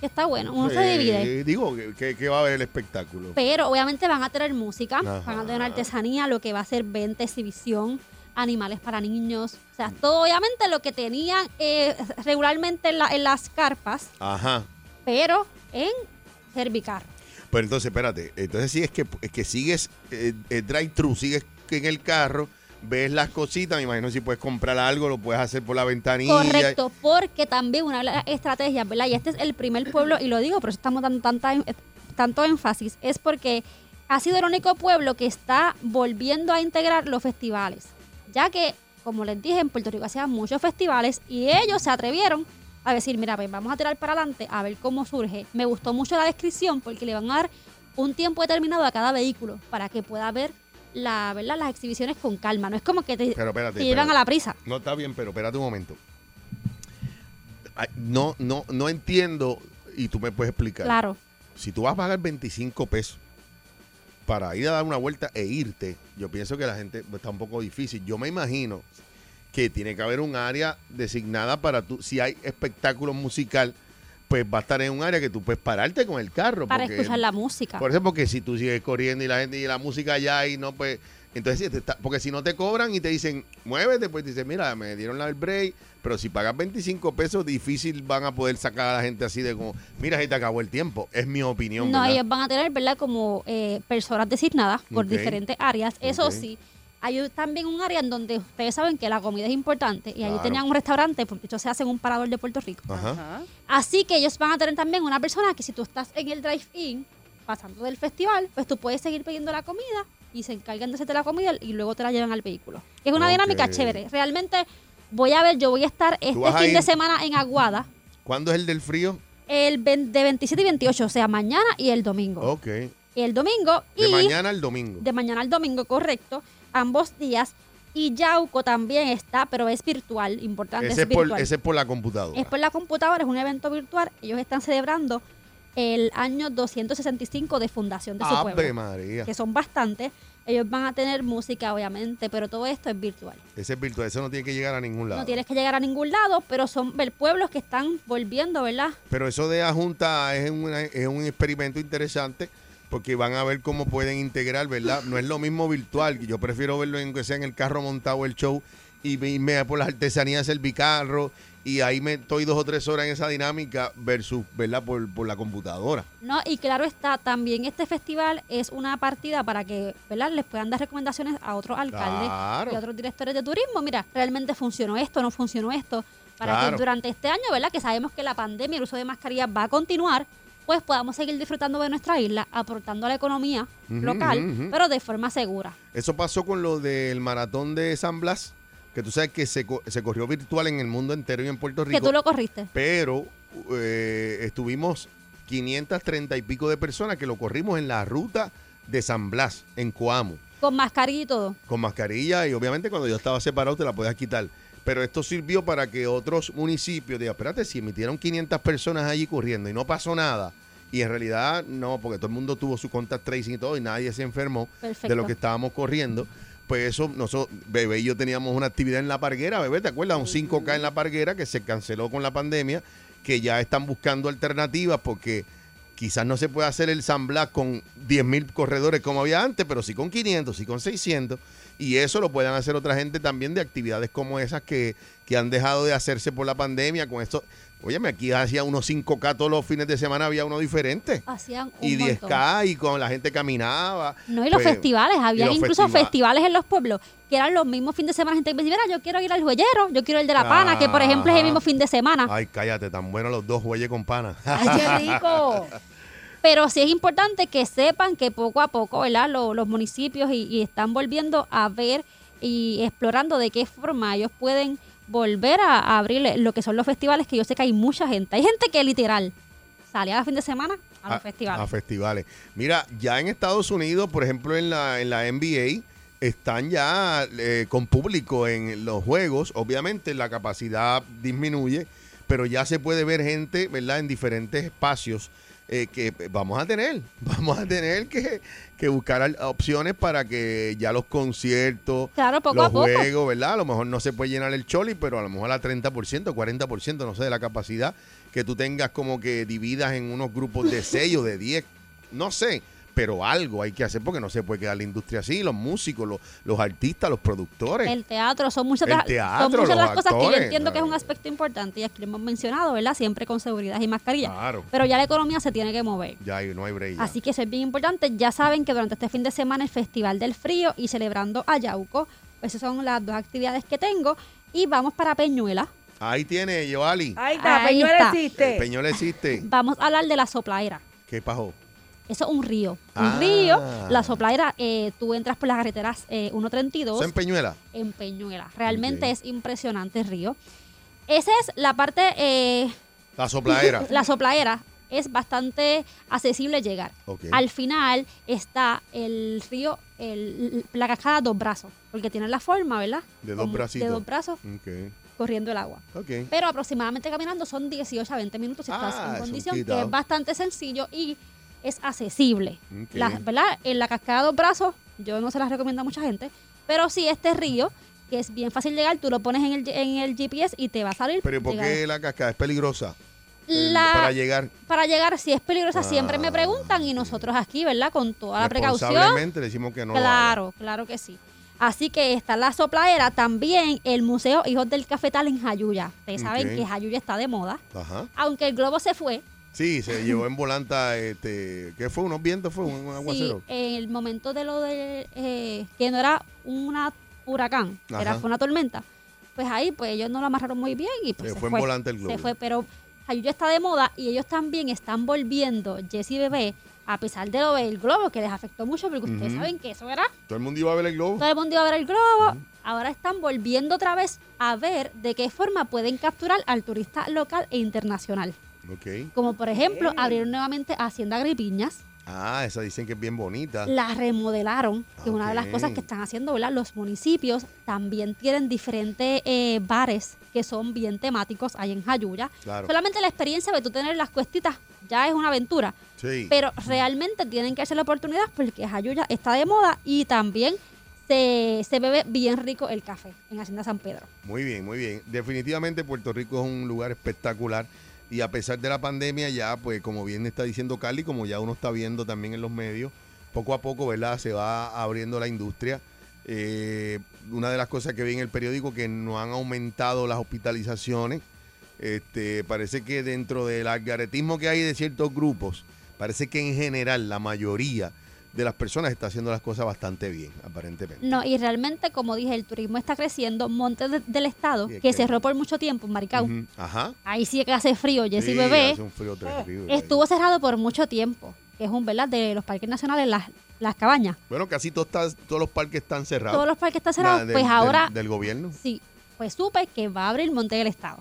Speaker 15: Que está bueno, uno se
Speaker 5: Eh,
Speaker 15: divide.
Speaker 5: Digo, que- que, que va a haber el espectáculo.
Speaker 15: Pero obviamente van a tener música,
Speaker 5: Ajá.
Speaker 15: van a tener artesanía, lo que va a ser venta, exhibición, animales para niños. O sea, todo obviamente lo que tenían eh, regularmente en, la- en las carpas,
Speaker 5: Ajá.
Speaker 15: pero en Servicar.
Speaker 5: Pero entonces, espérate, entonces sí es que, es que sigues eh, eh, drive-thru, sigues en el carro, ves las cositas, me imagino si puedes comprar algo, lo puedes hacer por la ventanilla.
Speaker 15: Correcto, porque también una de las estrategias, ¿verdad? Y este es el primer pueblo, y lo digo, por eso estamos dando tanta, en- tanto énfasis, es porque ha sido el único pueblo que está volviendo a integrar los festivales, ya que, como les dije, en Puerto Rico hacían muchos festivales y ellos se atrevieron a decir, mira, pues vamos a tirar para adelante a ver cómo surge. Me gustó mucho la descripción porque le van a dar un tiempo determinado a cada vehículo para que pueda ver la, ¿verdad? las exhibiciones con calma. No es como que te,
Speaker 5: Pero espérate.
Speaker 15: te llevan a
Speaker 5: espérate.
Speaker 15: la prisa.
Speaker 5: No está bien, pero espérate un momento. Ay, No, no, no entiendo y tú me puedes explicar.
Speaker 15: Claro.
Speaker 5: Si tú vas a pagar 25 pesos para ir a dar una vuelta e irte, yo pienso que la gente pues, está un poco difícil. Yo me imagino que tiene que haber un área designada para tú. Si hay espectáculo musical, pues va a estar en un área que tú puedes pararte con el carro.
Speaker 15: para
Speaker 5: porque-
Speaker 15: escuchar la música.
Speaker 5: por eso, porque si tú sigues corriendo y la gente y la música allá y no, pues. Entonces, si te está- porque si no te cobran y te dicen, muévete, pues dices, mira, me dieron la el break, pero si pagas 25 pesos, difícil van a poder sacar a la gente así de como, mira, se te acabó el tiempo. Es mi opinión.
Speaker 15: no,
Speaker 5: ¿verdad?
Speaker 15: ellos van a tener, ¿verdad? Como eh, personas designadas por
Speaker 5: Ok.
Speaker 15: diferentes áreas. Eso
Speaker 5: Ok.
Speaker 15: sí, hay un- también un área en donde ustedes saben que la comida es importante y
Speaker 5: Claro.
Speaker 15: allí tenían un restaurante, porque ellos se hacen un parador de Puerto Rico.
Speaker 5: Ajá.
Speaker 15: Así que ellos van a tener también una persona que si tú estás en el drive-in, pasando del festival, pues tú puedes seguir pidiendo la comida y se encargan de hacerte la comida y luego te la llevan al vehículo. Es una dinámica
Speaker 5: Ok.
Speaker 15: chévere. Realmente voy a ver, yo voy a estar este
Speaker 5: vas a
Speaker 15: fin de
Speaker 5: ir?
Speaker 15: semana en Aguada.
Speaker 5: ¿Cuándo es el del frío?
Speaker 15: El vein- de 27 y 28, o sea, mañana y el domingo.
Speaker 5: Ok. De
Speaker 15: El domingo y
Speaker 5: mañana al domingo.
Speaker 15: de mañana al domingo, correcto, ambos días. Y Yauco también está, pero es virtual, importante.
Speaker 5: Ese es,
Speaker 15: es
Speaker 5: por,
Speaker 15: virtual.
Speaker 5: ese es por la computadora.
Speaker 15: Es por la computadora, es un evento virtual. Ellos están celebrando el año 265 de fundación de su
Speaker 5: Ave
Speaker 15: pueblo,
Speaker 5: María.
Speaker 15: que son bastantes. Ellos van a tener música, obviamente, pero todo esto es virtual.
Speaker 5: Ese es virtual, eso no tiene que llegar a ningún lado.
Speaker 15: No tienes que llegar a ningún lado, pero son ver, pueblos que están volviendo, ¿verdad?
Speaker 5: Pero eso de la Junta es, una- es un experimento interesante porque van a ver cómo pueden integrar, ¿verdad? No es lo mismo virtual, que yo prefiero verlo en que sea en el carro montado el show y me irme por las artesanías del bicarro y ahí me estoy dos o tres horas en esa dinámica versus, ¿verdad? Por, por la computadora.
Speaker 15: No, y claro está, también este festival es una partida para que, ¿verdad? Les puedan dar recomendaciones a otros alcaldes
Speaker 5: Claro.
Speaker 15: y a otros directores de turismo. Mira, realmente funcionó esto, no funcionó esto. Para
Speaker 5: Claro.
Speaker 15: que durante este año, ¿verdad? Que sabemos que la pandemia, el uso de mascarillas va a continuar, pues podamos seguir disfrutando de nuestra isla, aportando a la economía
Speaker 5: Ujú,
Speaker 15: local,
Speaker 5: ujú, ujú.
Speaker 15: pero de forma segura.
Speaker 5: Eso pasó con lo del maratón de San Blas, que tú sabes que se, co- se corrió virtual en el mundo entero y en Puerto Rico.
Speaker 15: Que tú lo corriste.
Speaker 5: pero eh, estuvimos 530 y pico de personas que lo corrimos en la ruta de San Blas, en Coamo,
Speaker 15: Con mascarilla y todo.
Speaker 5: con mascarilla y obviamente cuando yo estaba separado te la podías quitar. Pero esto sirvió para que otros municipios digan, espérate, si emitieron 500 personas allí corriendo y no pasó nada, y en realidad no, porque todo el mundo tuvo su contact tracing y todo y nadie se enfermó de
Speaker 15: Perfecto.
Speaker 5: lo que estábamos corriendo. Pues eso, nosotros, Bebé y yo teníamos una actividad en la parguera, Bebé, ¿te acuerdas? Un 5K en la parguera que se canceló con la pandemia, que ya están buscando alternativas porque quizás no se puede hacer el San Blas con 10.000 corredores como había antes, pero sí con 500, sí con 600. Y eso lo puedan hacer otra gente también de actividades como esas que, que han dejado de hacerse por la pandemia. Con esto, óyeme, aquí hacía unos 5K todos los fines de semana, había uno diferente
Speaker 15: Hacían Ah, un
Speaker 5: y
Speaker 15: montón.
Speaker 5: 10K y con la gente caminaba.
Speaker 15: No, y los
Speaker 5: Pues,
Speaker 15: festivales, había
Speaker 5: los
Speaker 15: incluso
Speaker 5: festiva-
Speaker 15: festivales en los pueblos que eran los mismos fines de semana. Gente que me decía, mira, yo quiero ir al joyero, yo quiero ir de la pana, que por ejemplo es el mismo
Speaker 5: Ajá.
Speaker 15: fin de semana.
Speaker 5: Ay, cállate, tan buenos los dos güeyes con pana.
Speaker 15: Pero sí es importante que sepan que poco a poco, ¿verdad? Lo- Los, municipios y, y están volviendo a ver y explorando de qué forma ellos pueden volver a, a abrir lo que son los festivales, que yo sé que hay mucha gente. Hay gente que literal sale a fin de semana a los festivales.
Speaker 5: A festivales. Mira, ya en Estados Unidos, por ejemplo, en la, en la NBA, están ya eh, con público en los juegos. Obviamente la capacidad disminuye, pero ya se puede ver gente, ¿verdad? En diferentes espacios eh, que eh, vamos a tener. Vamos a tener que, que buscar al- opciones para que ya los conciertos,
Speaker 15: Claro, poco
Speaker 5: los
Speaker 15: a poco.
Speaker 5: juegos, ¿verdad? A lo mejor no se puede llenar el choli, pero a lo mejor a 30%, 40%, no sé, de la capacidad que tú tengas como que dividas en unos grupos de 6 o de 10, no sé. Pero algo hay que hacer porque no se puede quedar la industria así, los músicos, los, los artistas, los productores.
Speaker 15: El teatro, son muchas,
Speaker 5: El
Speaker 15: otras-
Speaker 5: teatro,
Speaker 15: son muchas
Speaker 5: los
Speaker 15: las cosas que yo
Speaker 5: actores,
Speaker 15: entiendo que es un aspecto importante y aquí lo hemos mencionado, ¿verdad? Siempre con seguridad y mascarilla.
Speaker 5: Claro.
Speaker 15: Pero ya la economía se tiene que mover.
Speaker 5: Ya hay- no hay break. ya.
Speaker 15: Así que eso es bien importante. Ya saben que durante este fin de semana el Festival del Frío y celebrando Ayauco Esas son las dos actividades que tengo. Y vamos para Peñuela.
Speaker 5: Ahí tiene, Joali.
Speaker 4: Ahí pues,
Speaker 15: está, Ahí Peñuela está. existe.
Speaker 5: El Peñuela existe.
Speaker 15: Vamos a hablar de la soplaera.
Speaker 5: ¿Qué pasó?
Speaker 15: Eso es un río. Un
Speaker 5: Ah.
Speaker 15: río, la soplaera, eh, tú entras por las carreteras eh,
Speaker 5: ¿Eso
Speaker 15: 132
Speaker 5: en Peñuela?
Speaker 15: en Peñuela. Realmente
Speaker 5: Ok.
Speaker 15: es impresionante el río. Esa es la parte, eh,
Speaker 5: La soplaera.
Speaker 15: la soplaera es bastante accesible llegar.
Speaker 5: Ok.
Speaker 15: Al final está el río, el- la cascada dos brazos, porque tiene la forma, ¿verdad?
Speaker 5: de dos
Speaker 15: Como-
Speaker 5: bracitos.
Speaker 15: De dos brazos
Speaker 5: Ok.
Speaker 15: corriendo el agua.
Speaker 5: Ok.
Speaker 15: Pero aproximadamente caminando son 18 a 20 minutos si
Speaker 5: Ah,
Speaker 15: estás
Speaker 5: es
Speaker 15: en
Speaker 5: un
Speaker 15: condición, que
Speaker 5: quitado.
Speaker 15: es bastante sencillo y es accesible.
Speaker 5: Ok.
Speaker 15: La- ¿verdad? En la cascada dos brazos, yo no se las recomiendo a mucha gente, pero si este río, que es bien fácil llegar, tú lo pones en el, en el GPS y te va a salir.
Speaker 5: Pero ¿y ¿por qué
Speaker 15: llegado.
Speaker 5: la cascada es peligrosa?
Speaker 15: La-
Speaker 5: Para llegar.
Speaker 15: Para llegar, si es peligrosa,
Speaker 5: Ah,
Speaker 15: siempre me preguntan y nosotros aquí, ¿verdad? Con toda la precaución.
Speaker 5: Responsablemente le decimos que no. lo haga.
Speaker 15: Claro, claro que sí. Así que está la soplaera, también el Museo Hijos del Cafetal en Jayuya. Ustedes
Speaker 5: Ok.
Speaker 15: saben que Jayuya está de moda.
Speaker 5: Ajá.
Speaker 15: Aunque el globo se fue,
Speaker 5: Sí, se llevó en volanta, este, ¿qué fue? ¿Unos vientos? ¿Fue un, un aguacero?
Speaker 15: sí, eh, en el momento de lo de eh, que no era un huracán,
Speaker 5: Ajá.
Speaker 15: era fue una tormenta, pues ahí pues ellos no lo amarraron muy bien y pues
Speaker 5: Se fue en volante el globo.
Speaker 15: Se fue, pero Jayuya está de moda y ellos también están volviendo, Jessy Bebé, a pesar de lo del globo que les afectó mucho porque ustedes
Speaker 5: Ujú.
Speaker 15: saben que eso era
Speaker 5: Todo el mundo iba a ver el globo.
Speaker 15: Todo el mundo iba a ver el globo. Ahora están volviendo otra vez a ver de qué forma pueden capturar al turista local e internacional.
Speaker 5: Ok.
Speaker 15: Como por ejemplo,
Speaker 5: Ok.
Speaker 15: abrieron nuevamente Hacienda Agripiñas,
Speaker 5: Ah, esa dicen que es bien bonita.
Speaker 15: la remodelaron, que es una de las
Speaker 5: ok.
Speaker 15: cosas que están haciendo ¿verdad? los municipios. También tienen diferentes eh, bares que son bien temáticos ahí en Jayuya.
Speaker 5: Claro.
Speaker 15: Solamente la experiencia de tú tener las cuestitas ya es una aventura.
Speaker 5: Sí.
Speaker 15: Pero realmente tienen que hacer la oportunidad porque Jayuya está de moda y también se, se bebe bien rico el café en Hacienda San Pedro.
Speaker 5: Muy bien, muy bien. Definitivamente Puerto Rico es un lugar espectacular y a pesar de la pandemia ya, pues como bien está diciendo Carly, como ya uno está viendo también en los medios, poco a poco, ¿verdad? Se va abriendo la industria. Eh, una de las cosas que vi en el periódico que no han aumentado las hospitalizaciones. Este, parece que dentro del algaretismo que hay de ciertos grupos, parece que en general la mayoría de las personas está haciendo las cosas bastante bien, aparentemente.
Speaker 15: No, y realmente, como dije, el turismo está creciendo. Montes de- del Estado,
Speaker 5: Sí, es
Speaker 15: que
Speaker 5: que-
Speaker 15: cerró por mucho tiempo, en Maricao.
Speaker 5: Ujú, Ajá.
Speaker 15: Ahí sí que hace frío, Jessy
Speaker 5: Sí,
Speaker 15: Bebé.
Speaker 5: hace un frío terrible.
Speaker 15: Estuvo cerrado por mucho tiempo, que es un verdad de los parques nacionales, las, las cabañas.
Speaker 5: Bueno, casi todo está- todos los parques están cerrados.
Speaker 15: Todos los parques están cerrados,
Speaker 5: Nada,
Speaker 15: pues ahora-
Speaker 5: Del gobierno.
Speaker 15: Sí, pues supe que va a abrir Monte del Estado.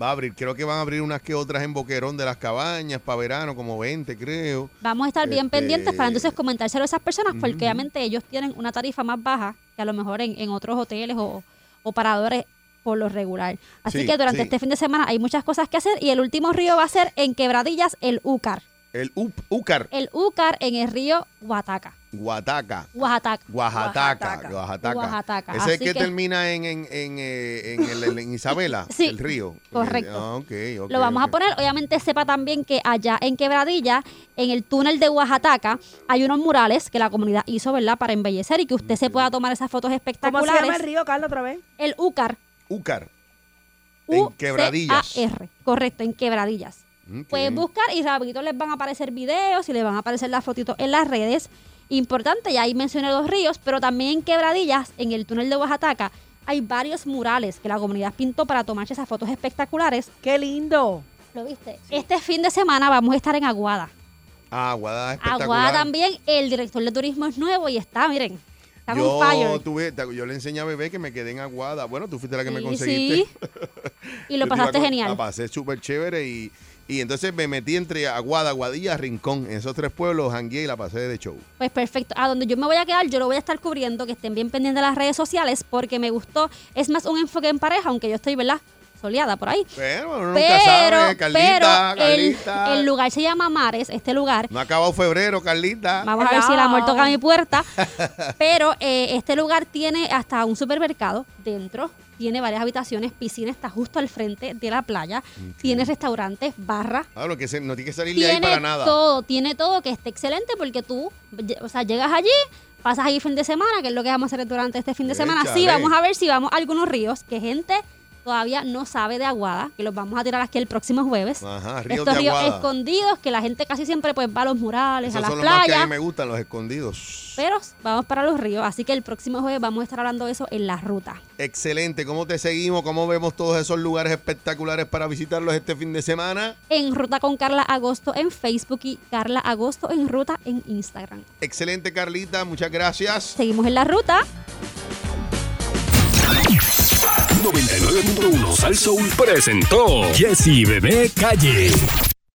Speaker 5: Va a abrir, creo que van a abrir unas que otras en Boquerón de las Cabañas para verano, como 20, creo.
Speaker 15: Vamos a estar bien
Speaker 5: Este,
Speaker 15: pendientes para entonces comentárselo a esas personas, porque
Speaker 5: ujú.
Speaker 15: obviamente ellos tienen una tarifa más baja que a lo mejor en, en otros hoteles o, o paradores por lo regular. Así
Speaker 5: Sí,
Speaker 15: que durante
Speaker 5: sí.
Speaker 15: este fin de semana hay muchas cosas que hacer y el último río va a ser en Quebradillas, el Úcar.
Speaker 5: El Up- Ucar,
Speaker 15: El Úcar en el río Huataca.
Speaker 5: Guataca.
Speaker 15: Oaxaca.
Speaker 5: Oaxaca, Oaxaca.
Speaker 15: Oaxaca,
Speaker 5: Ese es
Speaker 15: así
Speaker 5: que,
Speaker 15: que-
Speaker 5: termina en, en, en, eh, en el- en- en Isabela,
Speaker 15: Sí,
Speaker 5: el río.
Speaker 15: correcto.
Speaker 5: Ah, ok, ok,
Speaker 15: Lo vamos
Speaker 5: ok.
Speaker 15: a poner. Obviamente sepa también que allá en Quebradilla, en el túnel de Oaxaca, hay unos murales que la comunidad hizo, ¿verdad? Para embellecer y que usted se pueda tomar esas fotos
Speaker 4: ¿Cómo
Speaker 15: espectaculares.
Speaker 4: se llama el río, Carlos, otra vez?
Speaker 15: El Úcar.
Speaker 5: Ucar.
Speaker 15: U E.
Speaker 5: Quebradillas. Mm,
Speaker 15: R. Correcto, en Quebradillas.
Speaker 5: Ok.
Speaker 15: Pueden buscar y rapidito les van a aparecer videos y les van a aparecer las fotitos en las redes. Importante, ya ahí mencioné los ríos, pero también en Quebradillas, en el túnel de Oaxaca, hay varios murales que la comunidad pintó para tomarse esas fotos espectaculares.
Speaker 4: ¡Qué lindo!
Speaker 15: ¿Lo viste? Este fin de semana vamos a estar en Aguada.
Speaker 5: Ah, Guada espectacular.
Speaker 15: Aguada también, el director de turismo es nuevo y está, miren, está
Speaker 5: yo
Speaker 15: on fire.
Speaker 5: tuve- te- yo le enseñé a Bebé que me quedé en Aguada. Bueno, tú fuiste la que me
Speaker 15: Sí,
Speaker 5: conseguiste.
Speaker 15: sí. Y lo
Speaker 5: Yo te iba
Speaker 15: pasaste
Speaker 5: con-
Speaker 15: genial.
Speaker 5: La pasé súper chévere y, y entonces me metí entre Aguada, Aguadilla, Rincón. En esos tres pueblos jangué y la pasé de show.
Speaker 15: Pues perfecto. A donde yo me voy a quedar, yo lo voy a estar cubriendo, que estén bien pendientes de las redes sociales, porque me gustó. Es más un enfoque en pareja, aunque yo estoy, ¿verdad? Soleada por ahí.
Speaker 5: Pero uno nunca
Speaker 15: Pero,
Speaker 5: sabe, Carlita,
Speaker 15: pero el,
Speaker 5: Carlita.
Speaker 15: el lugar se llama Mares, este lugar.
Speaker 5: No ha acabado febrero, Carlita.
Speaker 15: Vamos a ver si el amor toca mi puerta. Pero eh, este lugar tiene hasta un supermercado dentro. Tiene varias habitaciones, piscina, está justo al frente de la playa. Tiene restaurantes, barra.
Speaker 5: Claro, Ah, que se- no tiene que salir de ahí
Speaker 15: Tiene
Speaker 5: para nada.
Speaker 15: todo, tiene todo que esté excelente porque tú, lle- o sea, llegas allí, pasas ahí fin de semana, que es lo que vamos a hacer durante este fin de semana. Sí,
Speaker 5: Échale.
Speaker 15: vamos a ver si vamos a algunos ríos, que gente todavía no sabe de Aguada, que los vamos a tirar aquí el próximo jueves.
Speaker 5: Ajá, ríos
Speaker 15: Estos
Speaker 5: de
Speaker 15: ríos
Speaker 5: Aguada.
Speaker 15: escondidos que la gente casi siempre pues va a los murales,
Speaker 5: Esos
Speaker 15: a
Speaker 5: son
Speaker 15: las
Speaker 5: los más que a mí
Speaker 15: playas,
Speaker 5: me gustan, los escondidos.
Speaker 15: pero vamos para los ríos, así que el próximo jueves vamos a estar hablando de eso en la ruta.
Speaker 5: Excelente. ¿Cómo te seguimos? ¿Cómo vemos todos esos lugares espectaculares para visitarlos este fin de semana?
Speaker 15: En Ruta con Carla Agosto en Facebook y Carla Agosto en Ruta en Instagram.
Speaker 5: Excelente, Carlita. Muchas gracias.
Speaker 15: Seguimos en la ruta.
Speaker 1: 99.1 Sal Soul presentó Jessy Bebé Calle.